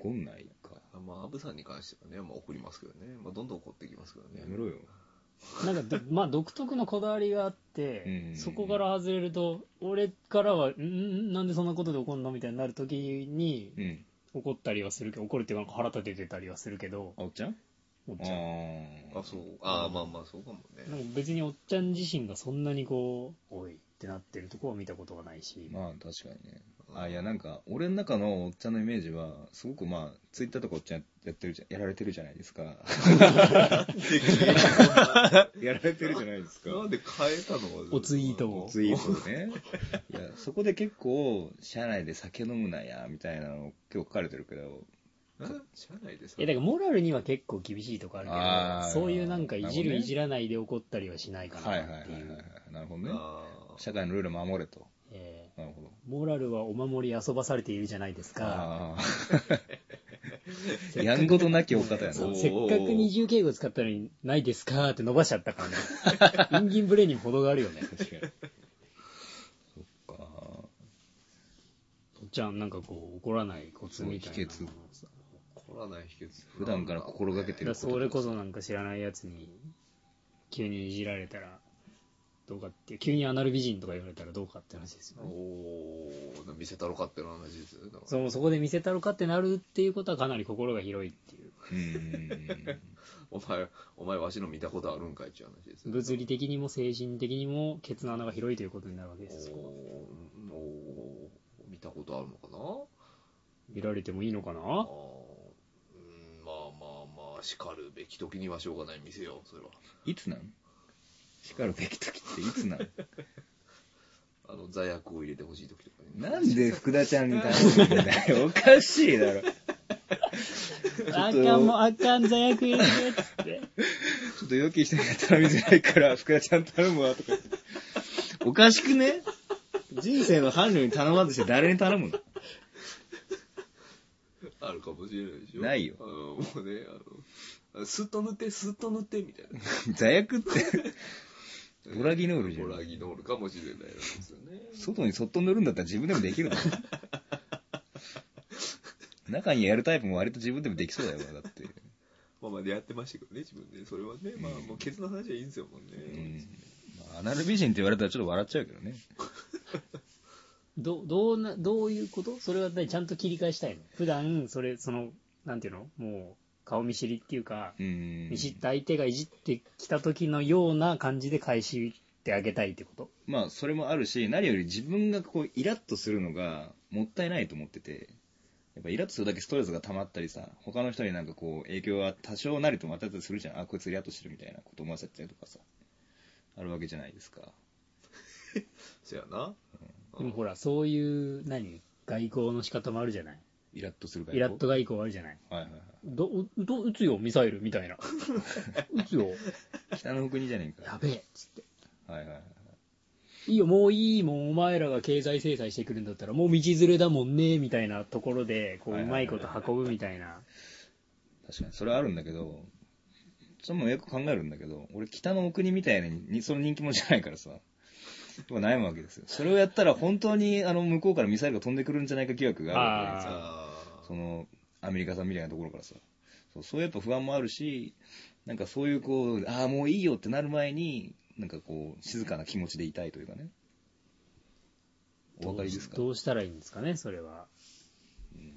[SPEAKER 1] 怒んないか
[SPEAKER 3] あ。まあ、アブさんに関してはね、まあ怒りますけどね。まあ、どんどん怒っていきますけどね
[SPEAKER 1] や。めろよ
[SPEAKER 2] なんかど、まあ、独特のこだわりがあっ
[SPEAKER 1] うん
[SPEAKER 2] て、そこから外れると、俺からは、んんなんでそんなことで怒んのみたいになるときに
[SPEAKER 1] う、ん
[SPEAKER 2] 怒ったりはするけど、怒るっていうかなんか腹立ててたりはするけど、
[SPEAKER 1] あおっちゃん
[SPEAKER 2] おっ
[SPEAKER 1] あ
[SPEAKER 2] ちゃん。
[SPEAKER 1] ー
[SPEAKER 3] あ、そう。ああ、まあまあ、そうかも
[SPEAKER 2] なん
[SPEAKER 3] ね。
[SPEAKER 2] か別におっちゃん自身がそんなにこう、おいってなってるとこは見たことがないし、
[SPEAKER 1] まあ確かにねあいやなんか俺の中のおっちゃんのイメージはすごくまあツイッターとかおっちゃんやってるじゃんやられてるじゃないです かやられてるじゃないです か
[SPEAKER 3] なんで変えたの
[SPEAKER 2] おツイートを
[SPEAKER 1] ツイートねいやそこで結構社内で酒飲むなやみたいなの結構書かれてるけど
[SPEAKER 3] え社内でさ。
[SPEAKER 2] えだからモラルには結構厳しいとこあ
[SPEAKER 1] あ
[SPEAKER 2] る
[SPEAKER 1] ー
[SPEAKER 2] けど、そういうなんかいじ
[SPEAKER 1] な
[SPEAKER 2] る
[SPEAKER 1] るほどね
[SPEAKER 2] いじらないで怒ったりはしないか
[SPEAKER 1] はい
[SPEAKER 2] な
[SPEAKER 1] はいはいは
[SPEAKER 2] って
[SPEAKER 1] い
[SPEAKER 2] い
[SPEAKER 1] は
[SPEAKER 2] う。
[SPEAKER 1] いなるほどね
[SPEAKER 3] ああ
[SPEAKER 1] 社会のルール守れと
[SPEAKER 2] え
[SPEAKER 1] なるほど
[SPEAKER 2] ーモラルはお守り遊ばされているじゃないです
[SPEAKER 1] あ
[SPEAKER 2] か。
[SPEAKER 1] あ やんごとなきお方やな
[SPEAKER 2] そう
[SPEAKER 3] おー
[SPEAKER 2] せっかく二重敬語使ったのにないですかって伸ばしちゃったからね。 インギンブレーンにも程があるよね。
[SPEAKER 1] 確かにそっか
[SPEAKER 2] おっちゃんなんかこう怒らないコツみたいな。
[SPEAKER 1] そう秘訣
[SPEAKER 3] 怒らない秘訣。
[SPEAKER 1] 普段から心がけてる
[SPEAKER 2] だから
[SPEAKER 1] こと
[SPEAKER 2] それこそなんか知らないやつに急にいじられたらどうかって急にアナル美人とか言われたらどうかって話ですよね
[SPEAKER 3] おー、見せたろかっていうのは話ですよね。だから
[SPEAKER 2] そうそこで見せたろかってなるっていうことはかなり心が広いっていう
[SPEAKER 1] うーん
[SPEAKER 3] お前、お前わしの見たことあるんかいっていう話ですよね。
[SPEAKER 2] 物理的にも精神的にもケツの穴が広いということになるわけですよ
[SPEAKER 3] おー、おー見たことあるのかな
[SPEAKER 2] 見られてもいいのか
[SPEAKER 3] あ
[SPEAKER 2] な
[SPEAKER 3] ーうんまあまあまあ、叱るべき時にはしょうがない見せよう、それは。
[SPEAKER 1] いつなん叱るべき時っていつなん
[SPEAKER 3] あの、罪悪を入れてほしい時とかにね。
[SPEAKER 1] なんで福田ちゃんに対してんだ よ。おかしいだろ。ち
[SPEAKER 2] あかんもんあかん座役入れてっつって
[SPEAKER 1] ょっと予期してなかったら見づらいから、福田ちゃん頼むわ、とか言って。おかしくね人生の伴侶に頼まずして誰に頼 むの
[SPEAKER 3] あるかもしれないでしょ。
[SPEAKER 1] ないよ
[SPEAKER 3] あのもうね、あの、すっと塗って、すっと塗って、みたいな。
[SPEAKER 1] 座薬って、 ボラギノールじゃ
[SPEAKER 3] ボラ
[SPEAKER 1] ん。
[SPEAKER 3] ギノールかもしれないですよね。
[SPEAKER 1] 外にそっと塗るんだったら自分でもできるだろ。 中にやるタイプも割と自分でもできそうだよ、だって。
[SPEAKER 3] まあまあ、やってましたけどね、自分で。それはね、まあ、もう、ケツの話はいいんですよ、もう
[SPEAKER 1] う
[SPEAKER 3] ね
[SPEAKER 1] ん。。まあアナル美人って言われたらちょっと笑っちゃうけどね。
[SPEAKER 2] どどうなどういうことそれは何ちゃんと切り返したいの普段それそのなんていうのもう顔見知りっていうか
[SPEAKER 1] うん。
[SPEAKER 2] いじった相手がいじってきた時のような感じで返してあげたいってこと
[SPEAKER 1] まあ、それもあるし、何より自分がこう、イラッとするのが、もったいないと思ってて、やっぱイラッとするだけストレスが溜まったりさ、他の人になんかこう、影響は多少なりとも当たったりするじゃん。あ、こいつイラッとしてるみたいなこと思わせたりとかさ、あるわけじゃないですか。
[SPEAKER 3] そやな。
[SPEAKER 2] でもほらそういう何外交の仕方もあるじゃない
[SPEAKER 1] イラッとするから。
[SPEAKER 2] イラッと。外交あるじゃない
[SPEAKER 1] はいはいはい。
[SPEAKER 2] どうど撃つよミサイルみた いな撃つよ
[SPEAKER 1] 北の国じゃねえ
[SPEAKER 2] や
[SPEAKER 1] か。
[SPEAKER 2] べえっつって
[SPEAKER 1] はいはいはい。
[SPEAKER 2] いいよもういいもんお前らが経済制裁してくるんだったらもう道連れだもんねみたいなところでこう
[SPEAKER 1] は
[SPEAKER 2] う
[SPEAKER 1] いは
[SPEAKER 2] ま
[SPEAKER 1] い
[SPEAKER 2] い
[SPEAKER 1] はい
[SPEAKER 2] こと運ぶみたいな
[SPEAKER 1] 確かに、それはあるんだけど、それもよく考えるんだけど、俺、北の国みたいに、その人気者じゃないからさ、まあ悩むわけですよ。それをやったら本当にあの向こうからミサイルが飛んでくるんじゃないか疑惑があるわけです
[SPEAKER 2] あー
[SPEAKER 1] よ
[SPEAKER 3] あ
[SPEAKER 1] そのアメリカさんみたいなところからさそうそういうやっぱ不安もあるしなんかそういうこうああもういいよってなる前になんかこう静かな気持ちでいたいというかねお分かりですか
[SPEAKER 2] どうしたらいいんですかね、それは。
[SPEAKER 3] ー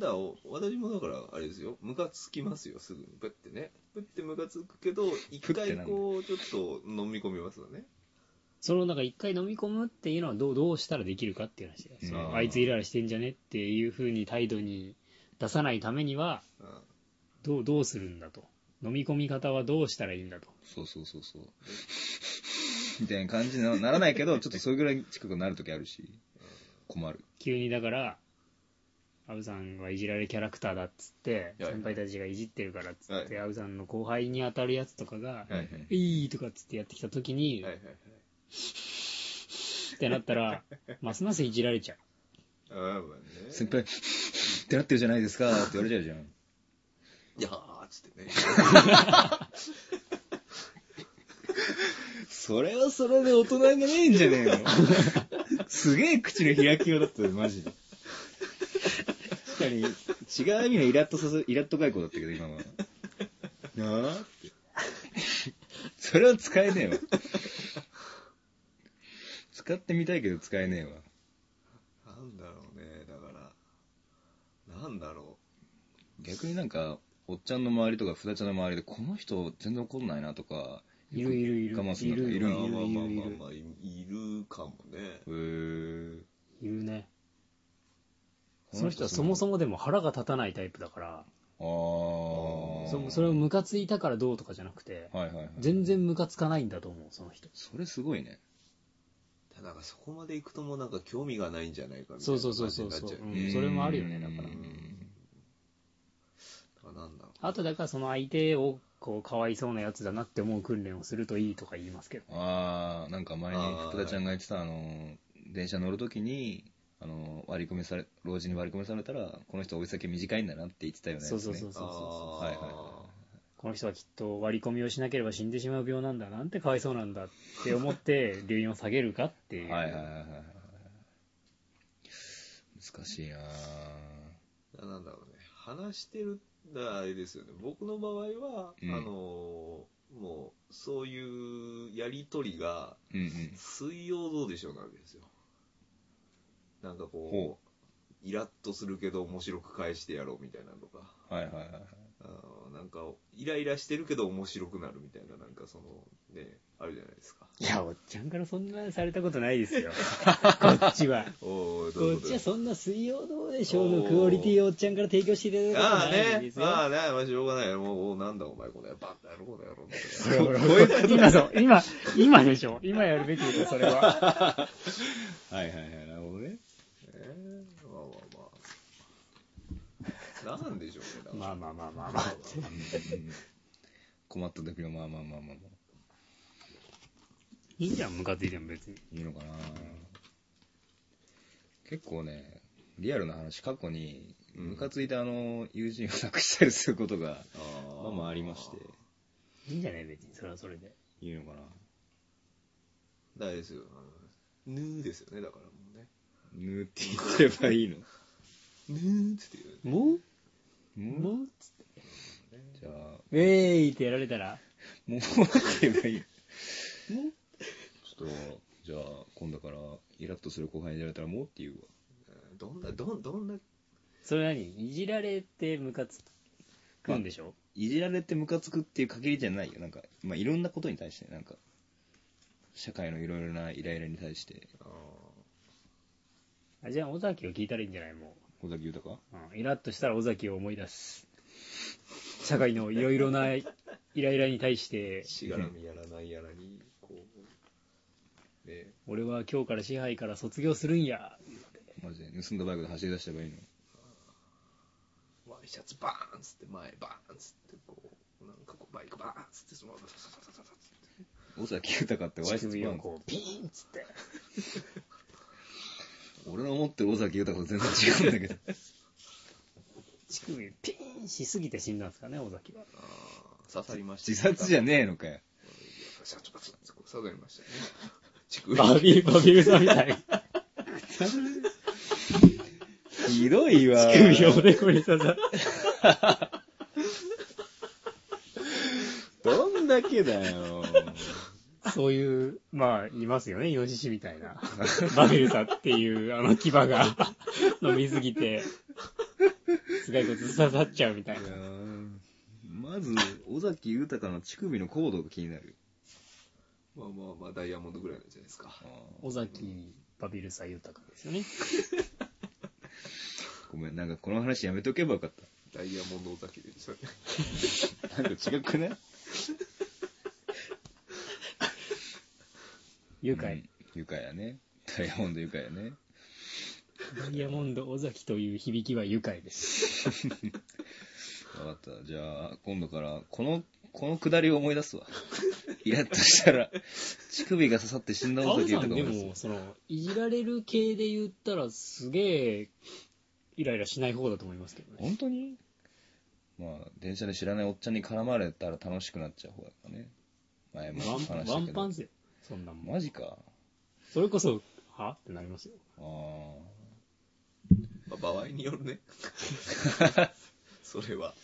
[SPEAKER 3] だからお私もだからあれですよムカつきますよすぐにプってねプってムカつくけど一回こうちょっと飲み込みますよね
[SPEAKER 2] そのなんか一回飲み込むっていうのはどうどうしたらできるかっていう話だよ
[SPEAKER 1] うん
[SPEAKER 2] そのあいつイライラしてんじゃねっていうふうに態度に出さないためには
[SPEAKER 3] うん
[SPEAKER 2] どうどうするんだと飲み込み方はどうしたらいいんだと
[SPEAKER 1] そうそうそう そうみたいな感じになならないけどちょっとそれぐらい近くなる時あるし困る
[SPEAKER 2] 急にだからアブさんはいじられキャラクターだっつって
[SPEAKER 3] いはい
[SPEAKER 2] 先輩たちがいじってるからっつって
[SPEAKER 3] は
[SPEAKER 2] アブさんの後輩に当たるやつとかが
[SPEAKER 3] はいはい
[SPEAKER 2] 「いい」とかっつってやってきた時に
[SPEAKER 3] はいはいはい
[SPEAKER 2] ってなったらますますいじられちゃう
[SPEAKER 3] あーまあね
[SPEAKER 1] 先輩ってなってるじゃないですかって言われちゃうじゃん
[SPEAKER 3] いやーっつってね
[SPEAKER 1] それはそれで大人がねえんじゃねえの すげえ口の開きようだったよ、マジで。確かに、違う意味のイラッとさせ、イラッと外交だったけど、今は。なあって。それは使えねえわ。使ってみたいけど使えねえわ。
[SPEAKER 3] なんだろうねだからなんだろ
[SPEAKER 1] 逆になんか、おっちゃんの周りとか、ふだちゃんの周りで、この人全然怒んないなとか、
[SPEAKER 2] いるいるいる
[SPEAKER 1] 我慢するのか
[SPEAKER 2] い
[SPEAKER 1] いうる
[SPEAKER 2] る
[SPEAKER 3] ま
[SPEAKER 1] ん
[SPEAKER 3] あ
[SPEAKER 1] だ
[SPEAKER 2] い
[SPEAKER 3] まあ
[SPEAKER 2] るい
[SPEAKER 3] まあ
[SPEAKER 2] るいる
[SPEAKER 3] まあまあいいるかもね
[SPEAKER 1] へー
[SPEAKER 2] いるねその人はそもそもでも腹が立たないタイプだから
[SPEAKER 1] もああ。
[SPEAKER 2] そそれをムカついたからどうとかじゃなくて
[SPEAKER 1] はいはいはい。
[SPEAKER 2] 全然ムカつかないんだと思うその人
[SPEAKER 1] それすごいね。
[SPEAKER 3] ただなんかそこまで行くともうなんか興味がないんじゃないかみたい
[SPEAKER 2] そう
[SPEAKER 3] な
[SPEAKER 2] そ
[SPEAKER 3] 感
[SPEAKER 2] うそ
[SPEAKER 3] じに
[SPEAKER 2] うそう
[SPEAKER 3] なっ
[SPEAKER 2] そう、
[SPEAKER 3] ちゃうよ
[SPEAKER 2] う
[SPEAKER 3] ね
[SPEAKER 2] んそれもあるよねだ
[SPEAKER 1] う
[SPEAKER 2] から
[SPEAKER 1] ん
[SPEAKER 3] だからなんだろう
[SPEAKER 2] あとだからその相手をこうかわいそうなやつだなって思う訓練をするといいとか言いますけど
[SPEAKER 1] ああ、なんか前に
[SPEAKER 3] あー
[SPEAKER 1] 福田ちゃんが言ってた、あの、電車乗るときに、あの、割り込みされ、老人に割り込みされたら、この人お先短いんだなって言ってたよね。
[SPEAKER 2] そうそうそう
[SPEAKER 1] やつね
[SPEAKER 2] そうそう
[SPEAKER 3] あー
[SPEAKER 1] はいはいは
[SPEAKER 2] この人はきっと割り込みをしなければ死んでしまう病なんだなんてかわいそうなんだって思 って留飲を下げるかっていう、
[SPEAKER 1] はいはいはいはい。難しいなぁ
[SPEAKER 3] だからなんだろうね話してるだからあれですよね僕の場合は、
[SPEAKER 1] うん
[SPEAKER 3] あのーもうそういうやり取りが
[SPEAKER 1] うんうん。
[SPEAKER 3] 水曜どうでしょうなわけですよなんかこ
[SPEAKER 1] ほ
[SPEAKER 3] うイラッとするけど面白く返してやろうみたいなのとか
[SPEAKER 1] はいはいはいはい。
[SPEAKER 3] あのなんかイライラしてるけど面白くなるみたいななんかそのねあるじゃないですか
[SPEAKER 2] いやおっちゃんからそんなされたことない ですよこっちは
[SPEAKER 3] おーどういうこ
[SPEAKER 2] こ
[SPEAKER 3] と
[SPEAKER 2] っち
[SPEAKER 3] で
[SPEAKER 2] は
[SPEAKER 3] すか
[SPEAKER 2] そんな水曜どうでしょうのクオリティをおっちゃんから提供していただいたこと
[SPEAKER 3] ああ
[SPEAKER 2] ないん
[SPEAKER 3] ね
[SPEAKER 2] です、よ
[SPEAKER 3] ああね、まあしょうがないよ。もう、おうなんだお前、この野郎、バカ野郎だよ、この野郎
[SPEAKER 2] ほらほら今そう今今でしょ今やるべきですよそれは
[SPEAKER 1] はいはいはい、なるほどね。
[SPEAKER 3] えーまあまあまあ。なんでしょうね、だから
[SPEAKER 2] まあまあまあまあまあって
[SPEAKER 1] 困った時のまあまあまあまあまあ。
[SPEAKER 2] いいじゃんムカついても別に
[SPEAKER 1] いいのかな結構ね、リアルな話、過去に、
[SPEAKER 3] うん
[SPEAKER 1] ムカついたあの、友人を亡くしたりすることが、
[SPEAKER 3] あ
[SPEAKER 1] まあまあありまして、
[SPEAKER 2] いいんじゃない別にそれはそれで
[SPEAKER 1] いいのかな
[SPEAKER 3] だからですよ。あのぬーですよね、だからもうね。
[SPEAKER 1] ぬーって言っちゃえばいいの
[SPEAKER 3] ぬーっつって言うよね
[SPEAKER 2] もう
[SPEAKER 1] も
[SPEAKER 2] も
[SPEAKER 1] う
[SPEAKER 2] う
[SPEAKER 1] じゃあ、
[SPEAKER 2] ウェーイってやられたら
[SPEAKER 1] もうって言えばいい。
[SPEAKER 2] もう
[SPEAKER 1] ちょっと、じゃあ、今度から、イラッとする後輩にやられたらもうって言うわ。
[SPEAKER 3] うんどんな、どん、どんな、
[SPEAKER 2] それ何いじられてムカつくんでしょ、
[SPEAKER 1] いじられてムカつくっていう限りじゃないよ。なんか、まあいろんなことに対して、なんか、社会のいろいろなイライラに対して、
[SPEAKER 3] あ
[SPEAKER 2] あ、じゃあ尾崎を聞いたらいいんじゃないも
[SPEAKER 1] 小崎豊
[SPEAKER 2] う、うん、イラッとしたら尾崎を思い出す社会のいろいろなイライラに対して
[SPEAKER 3] ーしがらみやらないやらに、こう、ね、
[SPEAKER 2] 俺は今日から支配から卒業するんや
[SPEAKER 1] マジで、盗んだバイクで走り出しちゃえばいいの
[SPEAKER 3] ワイシャツバーンっつって、前バーンっつって、こう、なんかこう、バイクバーンっつって、そのまま、ささささささって
[SPEAKER 1] 尾崎豊ってワイシャツ
[SPEAKER 2] 首
[SPEAKER 1] パ
[SPEAKER 2] を
[SPEAKER 1] ンツ
[SPEAKER 2] こうピーンっつって
[SPEAKER 1] 俺の思ってる尾崎豊と全然違うんだけ ど
[SPEAKER 2] 乳首ピーンしすぎて死んだんですかね尾崎は
[SPEAKER 3] あー刺さりました。
[SPEAKER 1] 自殺じゃ
[SPEAKER 3] ね
[SPEAKER 1] ねえのかよ
[SPEAKER 3] シャツバツってこう刺さりましたね。築
[SPEAKER 2] バビー、バビウザみた い。
[SPEAKER 1] ひどいわ。
[SPEAKER 2] 首をおでこに刺さっ
[SPEAKER 1] どんだけだよ。
[SPEAKER 2] そういう、まあ、いますよね、イノシシみたい な。バビルサっていう、あの牙が 伸びすぎて、すごいこと刺さっちゃうみたい
[SPEAKER 1] いや
[SPEAKER 2] な。
[SPEAKER 1] ーまず、尾崎豊の乳首のコードが気になる。
[SPEAKER 3] まあまあまあ、ダイヤモンドぐらいなんじゃないですか。
[SPEAKER 1] あー
[SPEAKER 2] 尾崎バビルサ豊ですよね。
[SPEAKER 1] ごめん、なんかこの話やめとけばよかっ
[SPEAKER 3] ダイヤモンドお酒でしたね。
[SPEAKER 1] た。なんか違くね
[SPEAKER 2] 愉快。
[SPEAKER 1] うん愉快やね。ダイヤモンド愉快やね。
[SPEAKER 2] ダイヤモンド尾崎という響きは愉快です。
[SPEAKER 1] わかった。じゃあ、今度から、この、このくだりを思い出 すわ。イラッとしたら、乳首が刺さって死んだ
[SPEAKER 2] 青
[SPEAKER 1] 尾崎
[SPEAKER 2] さん
[SPEAKER 1] 豊
[SPEAKER 2] で
[SPEAKER 1] を思い出す。
[SPEAKER 2] も、その、いじられる系で言ったら、すげえ、イライラしない方だと思いますけどね。
[SPEAKER 1] 本当にまあ、電車で知らないおっちゃんに絡まれたら楽しくなっちゃう方だからね。前も
[SPEAKER 2] ワ
[SPEAKER 1] 話したけ
[SPEAKER 2] ン
[SPEAKER 1] ど。
[SPEAKER 2] ワンパンですよ。そんなんもん
[SPEAKER 1] マジか。
[SPEAKER 2] それこそ、はってなりますよ。
[SPEAKER 1] ああ。
[SPEAKER 3] まあ、場合によるね。それは。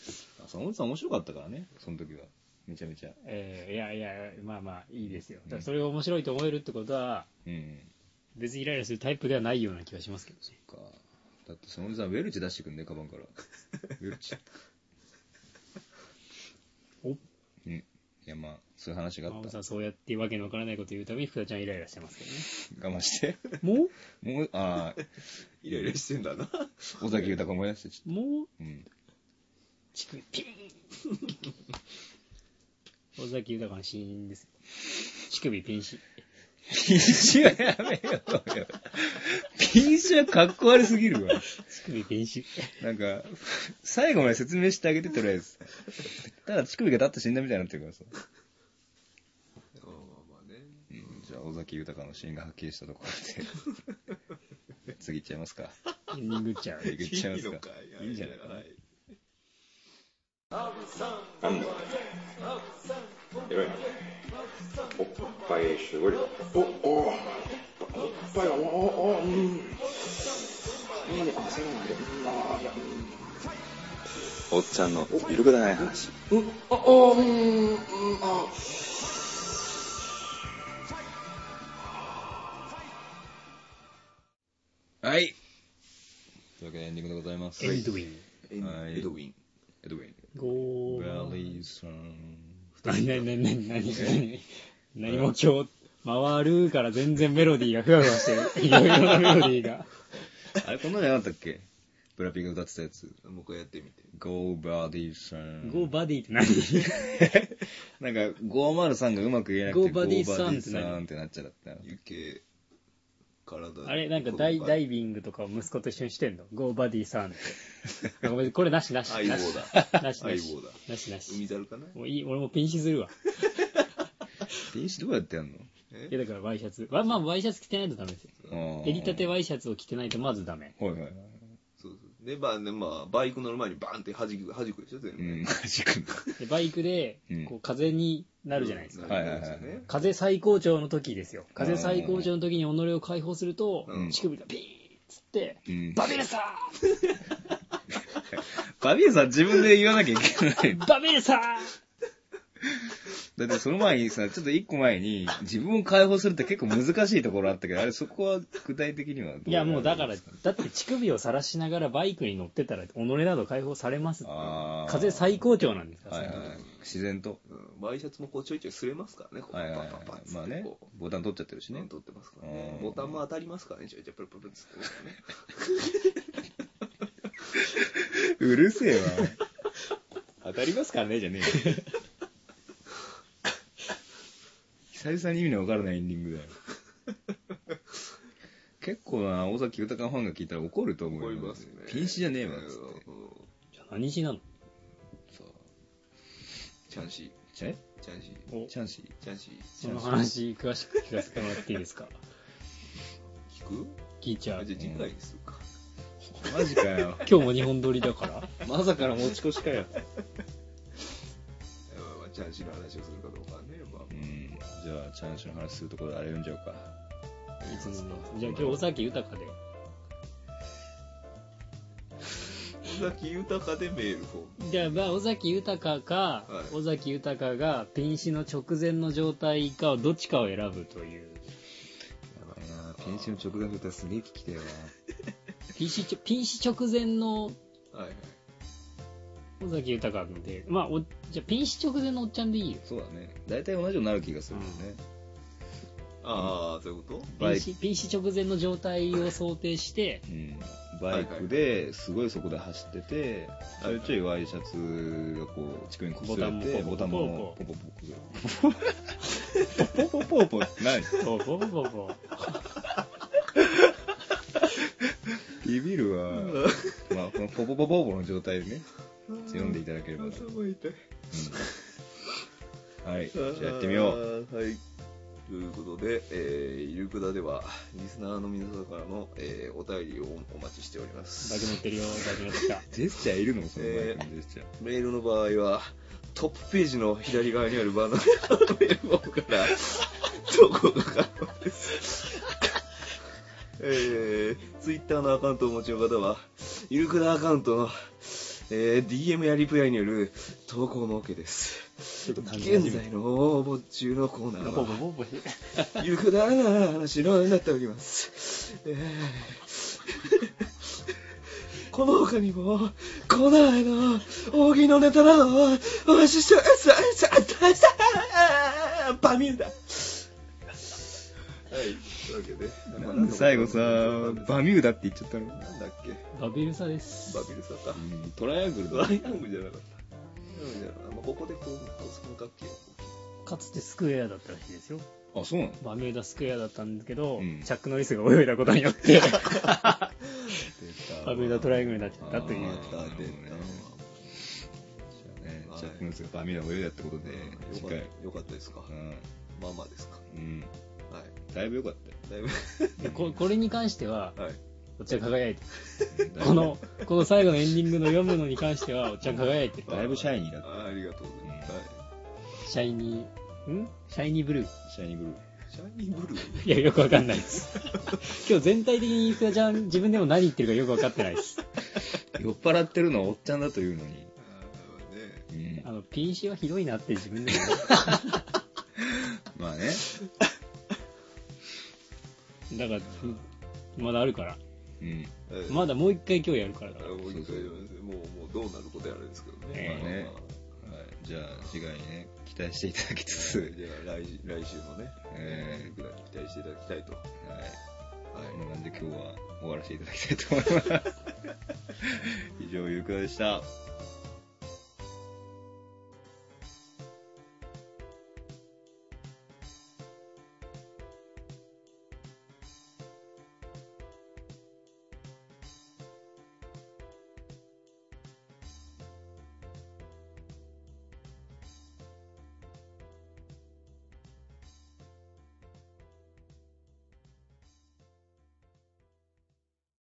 [SPEAKER 1] あそのさん面白かったからね、その時は。めちゃめちゃ。
[SPEAKER 2] えーいやいや、まあまあ、いいですよ。
[SPEAKER 1] うん
[SPEAKER 2] だからそれが面白いと思えるってことは、
[SPEAKER 1] うん。
[SPEAKER 2] 別にイライラするタイプではないような気がしますけどね。
[SPEAKER 1] か。だってそのさんウェルチ出してくんね、カバン から。ウェルチ。
[SPEAKER 2] お
[SPEAKER 1] うん。いや、まあ、そういう話があ
[SPEAKER 2] 青
[SPEAKER 1] っ
[SPEAKER 2] さ
[SPEAKER 1] た。
[SPEAKER 2] ん、そうやってわけのわからないこと言うたびに、福田ちゃんイライラしてますけ
[SPEAKER 1] 我慢 して。
[SPEAKER 2] どね。も
[SPEAKER 1] もう、ああ、
[SPEAKER 3] イライラしてんだな。
[SPEAKER 1] 尾崎豊思い出して、ちょ
[SPEAKER 2] うもう
[SPEAKER 1] っと。うん。
[SPEAKER 2] 乳首ピーン尾崎豊の死因ですよ。乳首ピン死。
[SPEAKER 1] ピンシはやめようよ。ピンシはかっこ悪すぎるわ。
[SPEAKER 2] 乳首ピン死。
[SPEAKER 1] なんか、最後まで説明してあげて、とりあえず。ただ、乳首が立って死んだみたいになってるからさ。
[SPEAKER 3] まあまあまあね。
[SPEAKER 1] うんじゃあ、尾崎豊のシーンがはっきりしたところ で。次いっちゃいますか。
[SPEAKER 2] エンディングっ ちゃう。
[SPEAKER 1] いっちゃいます
[SPEAKER 3] の
[SPEAKER 1] か
[SPEAKER 3] か。
[SPEAKER 1] いいんじゃないかな
[SPEAKER 3] は。い
[SPEAKER 4] えらいおっぱいすごいおおおっぱいおおおうんうんあそうなんだうんあいや
[SPEAKER 1] おっちゃんのゆるくだない話。
[SPEAKER 4] うんああうんうんあ
[SPEAKER 1] はい。というわけでエンディングでございます。
[SPEAKER 2] エンドウィン。
[SPEAKER 3] エン
[SPEAKER 1] はい
[SPEAKER 3] エドウィン。
[SPEAKER 1] エドウィン。
[SPEAKER 2] ゴ
[SPEAKER 1] バ
[SPEAKER 2] ー。
[SPEAKER 1] リーさん。
[SPEAKER 2] 何何何何何何何も今日、回るから全然メロディーがふわふわしてる。いろいろなメロディーが。
[SPEAKER 1] あれ、こんなのやなかったっけブラピが歌ってたやつ。
[SPEAKER 3] もう一回やってみて。
[SPEAKER 1] Go, Buddy さん。
[SPEAKER 2] ゴーバディって何
[SPEAKER 1] なんか、503がうまく言えなくて、
[SPEAKER 2] Go Buddy さん
[SPEAKER 1] Go Buddy
[SPEAKER 2] って何
[SPEAKER 1] さんってなっちゃった。
[SPEAKER 3] ゆけ、体。
[SPEAKER 2] あれ、なんかダイダ
[SPEAKER 3] イ。
[SPEAKER 2] イビングとかを息子と一緒にしてんのゴーバディさんって。ごめんこれなしなし。
[SPEAKER 3] 相
[SPEAKER 2] なし
[SPEAKER 3] 棒だ。
[SPEAKER 2] なしなし
[SPEAKER 3] 相棒だ。
[SPEAKER 2] なしな
[SPEAKER 3] 海
[SPEAKER 2] し。
[SPEAKER 3] 猿かな
[SPEAKER 2] もういい、俺もピンシするわ。
[SPEAKER 1] 電子どうやってやんの
[SPEAKER 2] いや、だからワイシャツ。わまあ、ワイシャツ着てないとダメですよ。
[SPEAKER 1] あー
[SPEAKER 2] 襟立てワイシャツを着てないとまずダメ。
[SPEAKER 1] はいはいはい。
[SPEAKER 3] そうそう。で、まあね、まあ、バイク乗る前にバーンって弾く、弾くでしょ、全
[SPEAKER 1] う
[SPEAKER 3] 部。
[SPEAKER 1] ん、マジか。
[SPEAKER 2] でバイクで
[SPEAKER 1] うん、
[SPEAKER 2] こう、風になるじゃないですか。
[SPEAKER 1] うんはいはいはい
[SPEAKER 3] ね
[SPEAKER 2] 風最高潮の時ですよ。風最高潮の時に己を解放すると
[SPEAKER 1] う、ん
[SPEAKER 2] 乳首がピーッつって、
[SPEAKER 1] うん。
[SPEAKER 2] バビルサ
[SPEAKER 1] バビエさん自分で言わなきゃいけない。
[SPEAKER 2] ーバビルサー
[SPEAKER 1] だってその前にさ、ちょっと一個前に、自分を解放するって結構難しいところあったけど、あれそこは具体的にはど。
[SPEAKER 2] いや、もうだからら、だって乳首を晒しながらバイクに乗ってたら、己など解放されますって。
[SPEAKER 1] あー
[SPEAKER 2] 風最高潮なんですから、
[SPEAKER 1] はいはい
[SPEAKER 2] そんなの。
[SPEAKER 1] 自然と。
[SPEAKER 3] うんワイシャツもこうちょいちょい擦れますからね、こう
[SPEAKER 1] はいはいは
[SPEAKER 3] パンパンパン
[SPEAKER 1] い。
[SPEAKER 3] パ
[SPEAKER 1] ま
[SPEAKER 3] ン
[SPEAKER 1] あ
[SPEAKER 3] って
[SPEAKER 1] ね
[SPEAKER 3] こう。
[SPEAKER 1] ボタン取っちゃってるし
[SPEAKER 3] ね
[SPEAKER 1] ね。
[SPEAKER 3] 取ってますからね
[SPEAKER 1] う。ん
[SPEAKER 3] ボタンも当たりますからね、ちょいちょいプルプルプルつってこうね。
[SPEAKER 1] うるせえわ。 当たりますからね、じゃねえよ。 久々に意味のわからないエンディングだよ。結構な、尾崎豊ファンが聞いたら怒ると思
[SPEAKER 3] 思
[SPEAKER 1] う
[SPEAKER 3] い
[SPEAKER 1] よ。
[SPEAKER 3] ますね。
[SPEAKER 1] ピンシじゃねえわ、
[SPEAKER 3] うん
[SPEAKER 1] つって。
[SPEAKER 3] うん
[SPEAKER 2] じゃあ何しなの
[SPEAKER 1] そう。
[SPEAKER 3] チャンシー、
[SPEAKER 1] ちゃえ
[SPEAKER 3] チャンシー、
[SPEAKER 2] お
[SPEAKER 1] チャンシー
[SPEAKER 3] チャンシー、
[SPEAKER 2] その話、詳しく聞かせてもらっていいで すか
[SPEAKER 3] 聞く
[SPEAKER 2] 聞いちゃ
[SPEAKER 3] あ
[SPEAKER 2] う
[SPEAKER 3] じ。ゃあ次回にするか。
[SPEAKER 1] マジかよ。
[SPEAKER 2] 今日も日本撮りだから。
[SPEAKER 1] まさかの持ち越しかよ。
[SPEAKER 3] まあまあチャンシーの話をするかどうかはね。まあ
[SPEAKER 1] うん。じゃあ、じゃあ、チャンシの話するところであれ読んじゃおうか。
[SPEAKER 2] いつものじゃあ今日尾崎豊で
[SPEAKER 3] 尾崎豊でメールフォーム
[SPEAKER 2] じゃあまあ尾崎豊か
[SPEAKER 3] はい
[SPEAKER 2] 尾崎豊がピン死の直前の状態かどっちかを選ぶという
[SPEAKER 1] やばいなペンシの直前だったらすげえ聞きたいわ。
[SPEAKER 2] ピン死ちょピン死直前の
[SPEAKER 3] はいはい
[SPEAKER 2] 尾崎豊君でまあおじゃあピン死直前のおっちゃんでいいよ
[SPEAKER 1] そうだね。大体同じようになる気がするよね。
[SPEAKER 3] ああそういうこと
[SPEAKER 2] ピ
[SPEAKER 1] バ
[SPEAKER 2] ン
[SPEAKER 1] イ
[SPEAKER 2] 死ピン死直前の状態を想定して
[SPEAKER 1] うん、バイクですごいそこで走ってて、
[SPEAKER 3] はいはい
[SPEAKER 1] ちょいちょいワイシャツがこう、乳首にこすれて、
[SPEAKER 2] ボ
[SPEAKER 1] ボ
[SPEAKER 2] タ
[SPEAKER 1] タ
[SPEAKER 2] ン
[SPEAKER 1] ン
[SPEAKER 2] も
[SPEAKER 1] も
[SPEAKER 2] ポ
[SPEAKER 1] ポポポポ。ポポポポない。
[SPEAKER 2] ボボボボボ
[SPEAKER 1] ビビるわ。まあ、このポポポポポの状態でね、読んでいただければ。うん
[SPEAKER 3] 頭痛い
[SPEAKER 1] はい、じゃあやってみよう。
[SPEAKER 3] うはいということで、えー、ゆるくだでは、リスナーの皆様からの、えーお便りをお待ちしておりま
[SPEAKER 2] バイク
[SPEAKER 3] す。
[SPEAKER 2] 乗ってるよバイク乗ってきた
[SPEAKER 1] ジェスチャーいるのそのバイクのジェスチャー。
[SPEAKER 3] メールの場合は、トップページの左側にあるバナーのメールフォームから、 投稿が可能です。えー、ツイッターのアカウントをお持ちの方は、ゆるくだアカウントの、えー、DM やリプライによる投稿の OK です。
[SPEAKER 2] ちょっと感じ
[SPEAKER 3] 現在の応募中のコーナー
[SPEAKER 2] ボボ
[SPEAKER 3] は、
[SPEAKER 2] ボボ
[SPEAKER 3] ゆくだらな話のようになっております。えー この他にも、コーナーへの、大喜利のネタなど、お話しして、さ、さ、さ、さ、 バミューダ。はい、というわけで、
[SPEAKER 1] なんで最後さ、バミューダって言っちゃったのう
[SPEAKER 3] なんだっけ、
[SPEAKER 2] バビルサです
[SPEAKER 3] バビルサか。
[SPEAKER 1] んトライアングルだ
[SPEAKER 3] ワ。イアングルじゃなかった。ワイアングルじゃなかったまあここでこう、その楽器をこう。
[SPEAKER 2] かつてスクエアだったらしいですよ
[SPEAKER 1] あ、そうなの
[SPEAKER 2] バミューダスクエアだったんだけど、
[SPEAKER 1] うん
[SPEAKER 2] チャック・ノリスが泳いだことによってバ
[SPEAKER 1] バ
[SPEAKER 2] ミューダトライアングルになっちゃったとい
[SPEAKER 1] あ
[SPEAKER 2] う
[SPEAKER 1] ーなるほどねね
[SPEAKER 3] はい
[SPEAKER 1] ジャック・ムースがバミューダ泳いだってことで、次回。
[SPEAKER 3] よかったですかまあまあですか
[SPEAKER 1] うんうん。
[SPEAKER 3] はい
[SPEAKER 1] だいぶ良かったよ
[SPEAKER 3] だいぶ
[SPEAKER 2] でここれに関しては
[SPEAKER 3] はい
[SPEAKER 2] お茶輝いて
[SPEAKER 1] うんだいぶ
[SPEAKER 2] このこの最後のエンディングの読むのに関してはお茶輝いて
[SPEAKER 1] だいぶシャイニーだった。
[SPEAKER 3] あありがとうございます、
[SPEAKER 1] うん
[SPEAKER 3] はい
[SPEAKER 2] シャイニーんシャイニーブルー
[SPEAKER 1] シャイニーブルー。
[SPEAKER 3] シャイニーブルー
[SPEAKER 2] いやよくわかんないです 今日全体的に福田ちゃん自分でも何言ってるかよくわかってないです
[SPEAKER 1] 酔っ払ってるのはおっちゃんだというのに。
[SPEAKER 3] あーね
[SPEAKER 1] うん
[SPEAKER 2] あのピンシはひどいなって自分でも
[SPEAKER 1] まあね。
[SPEAKER 2] だからうんまだあるから
[SPEAKER 1] うん。
[SPEAKER 3] えー
[SPEAKER 2] まだもう一回今日やるからだ
[SPEAKER 3] あもう一回言いますもうもうどうなることやらですけどね
[SPEAKER 1] まあね
[SPEAKER 3] まあま
[SPEAKER 1] はいじゃあ、次回ね、期待していただきつ
[SPEAKER 3] あ
[SPEAKER 1] つ、
[SPEAKER 3] じゃあ来週来週もね、
[SPEAKER 1] え
[SPEAKER 3] ぐらいに期待していただきたいと、は
[SPEAKER 1] ーはい。こん
[SPEAKER 3] い、
[SPEAKER 1] な感じで 今日は終わらせていただきたいと思います。以上、ゆうくらでした。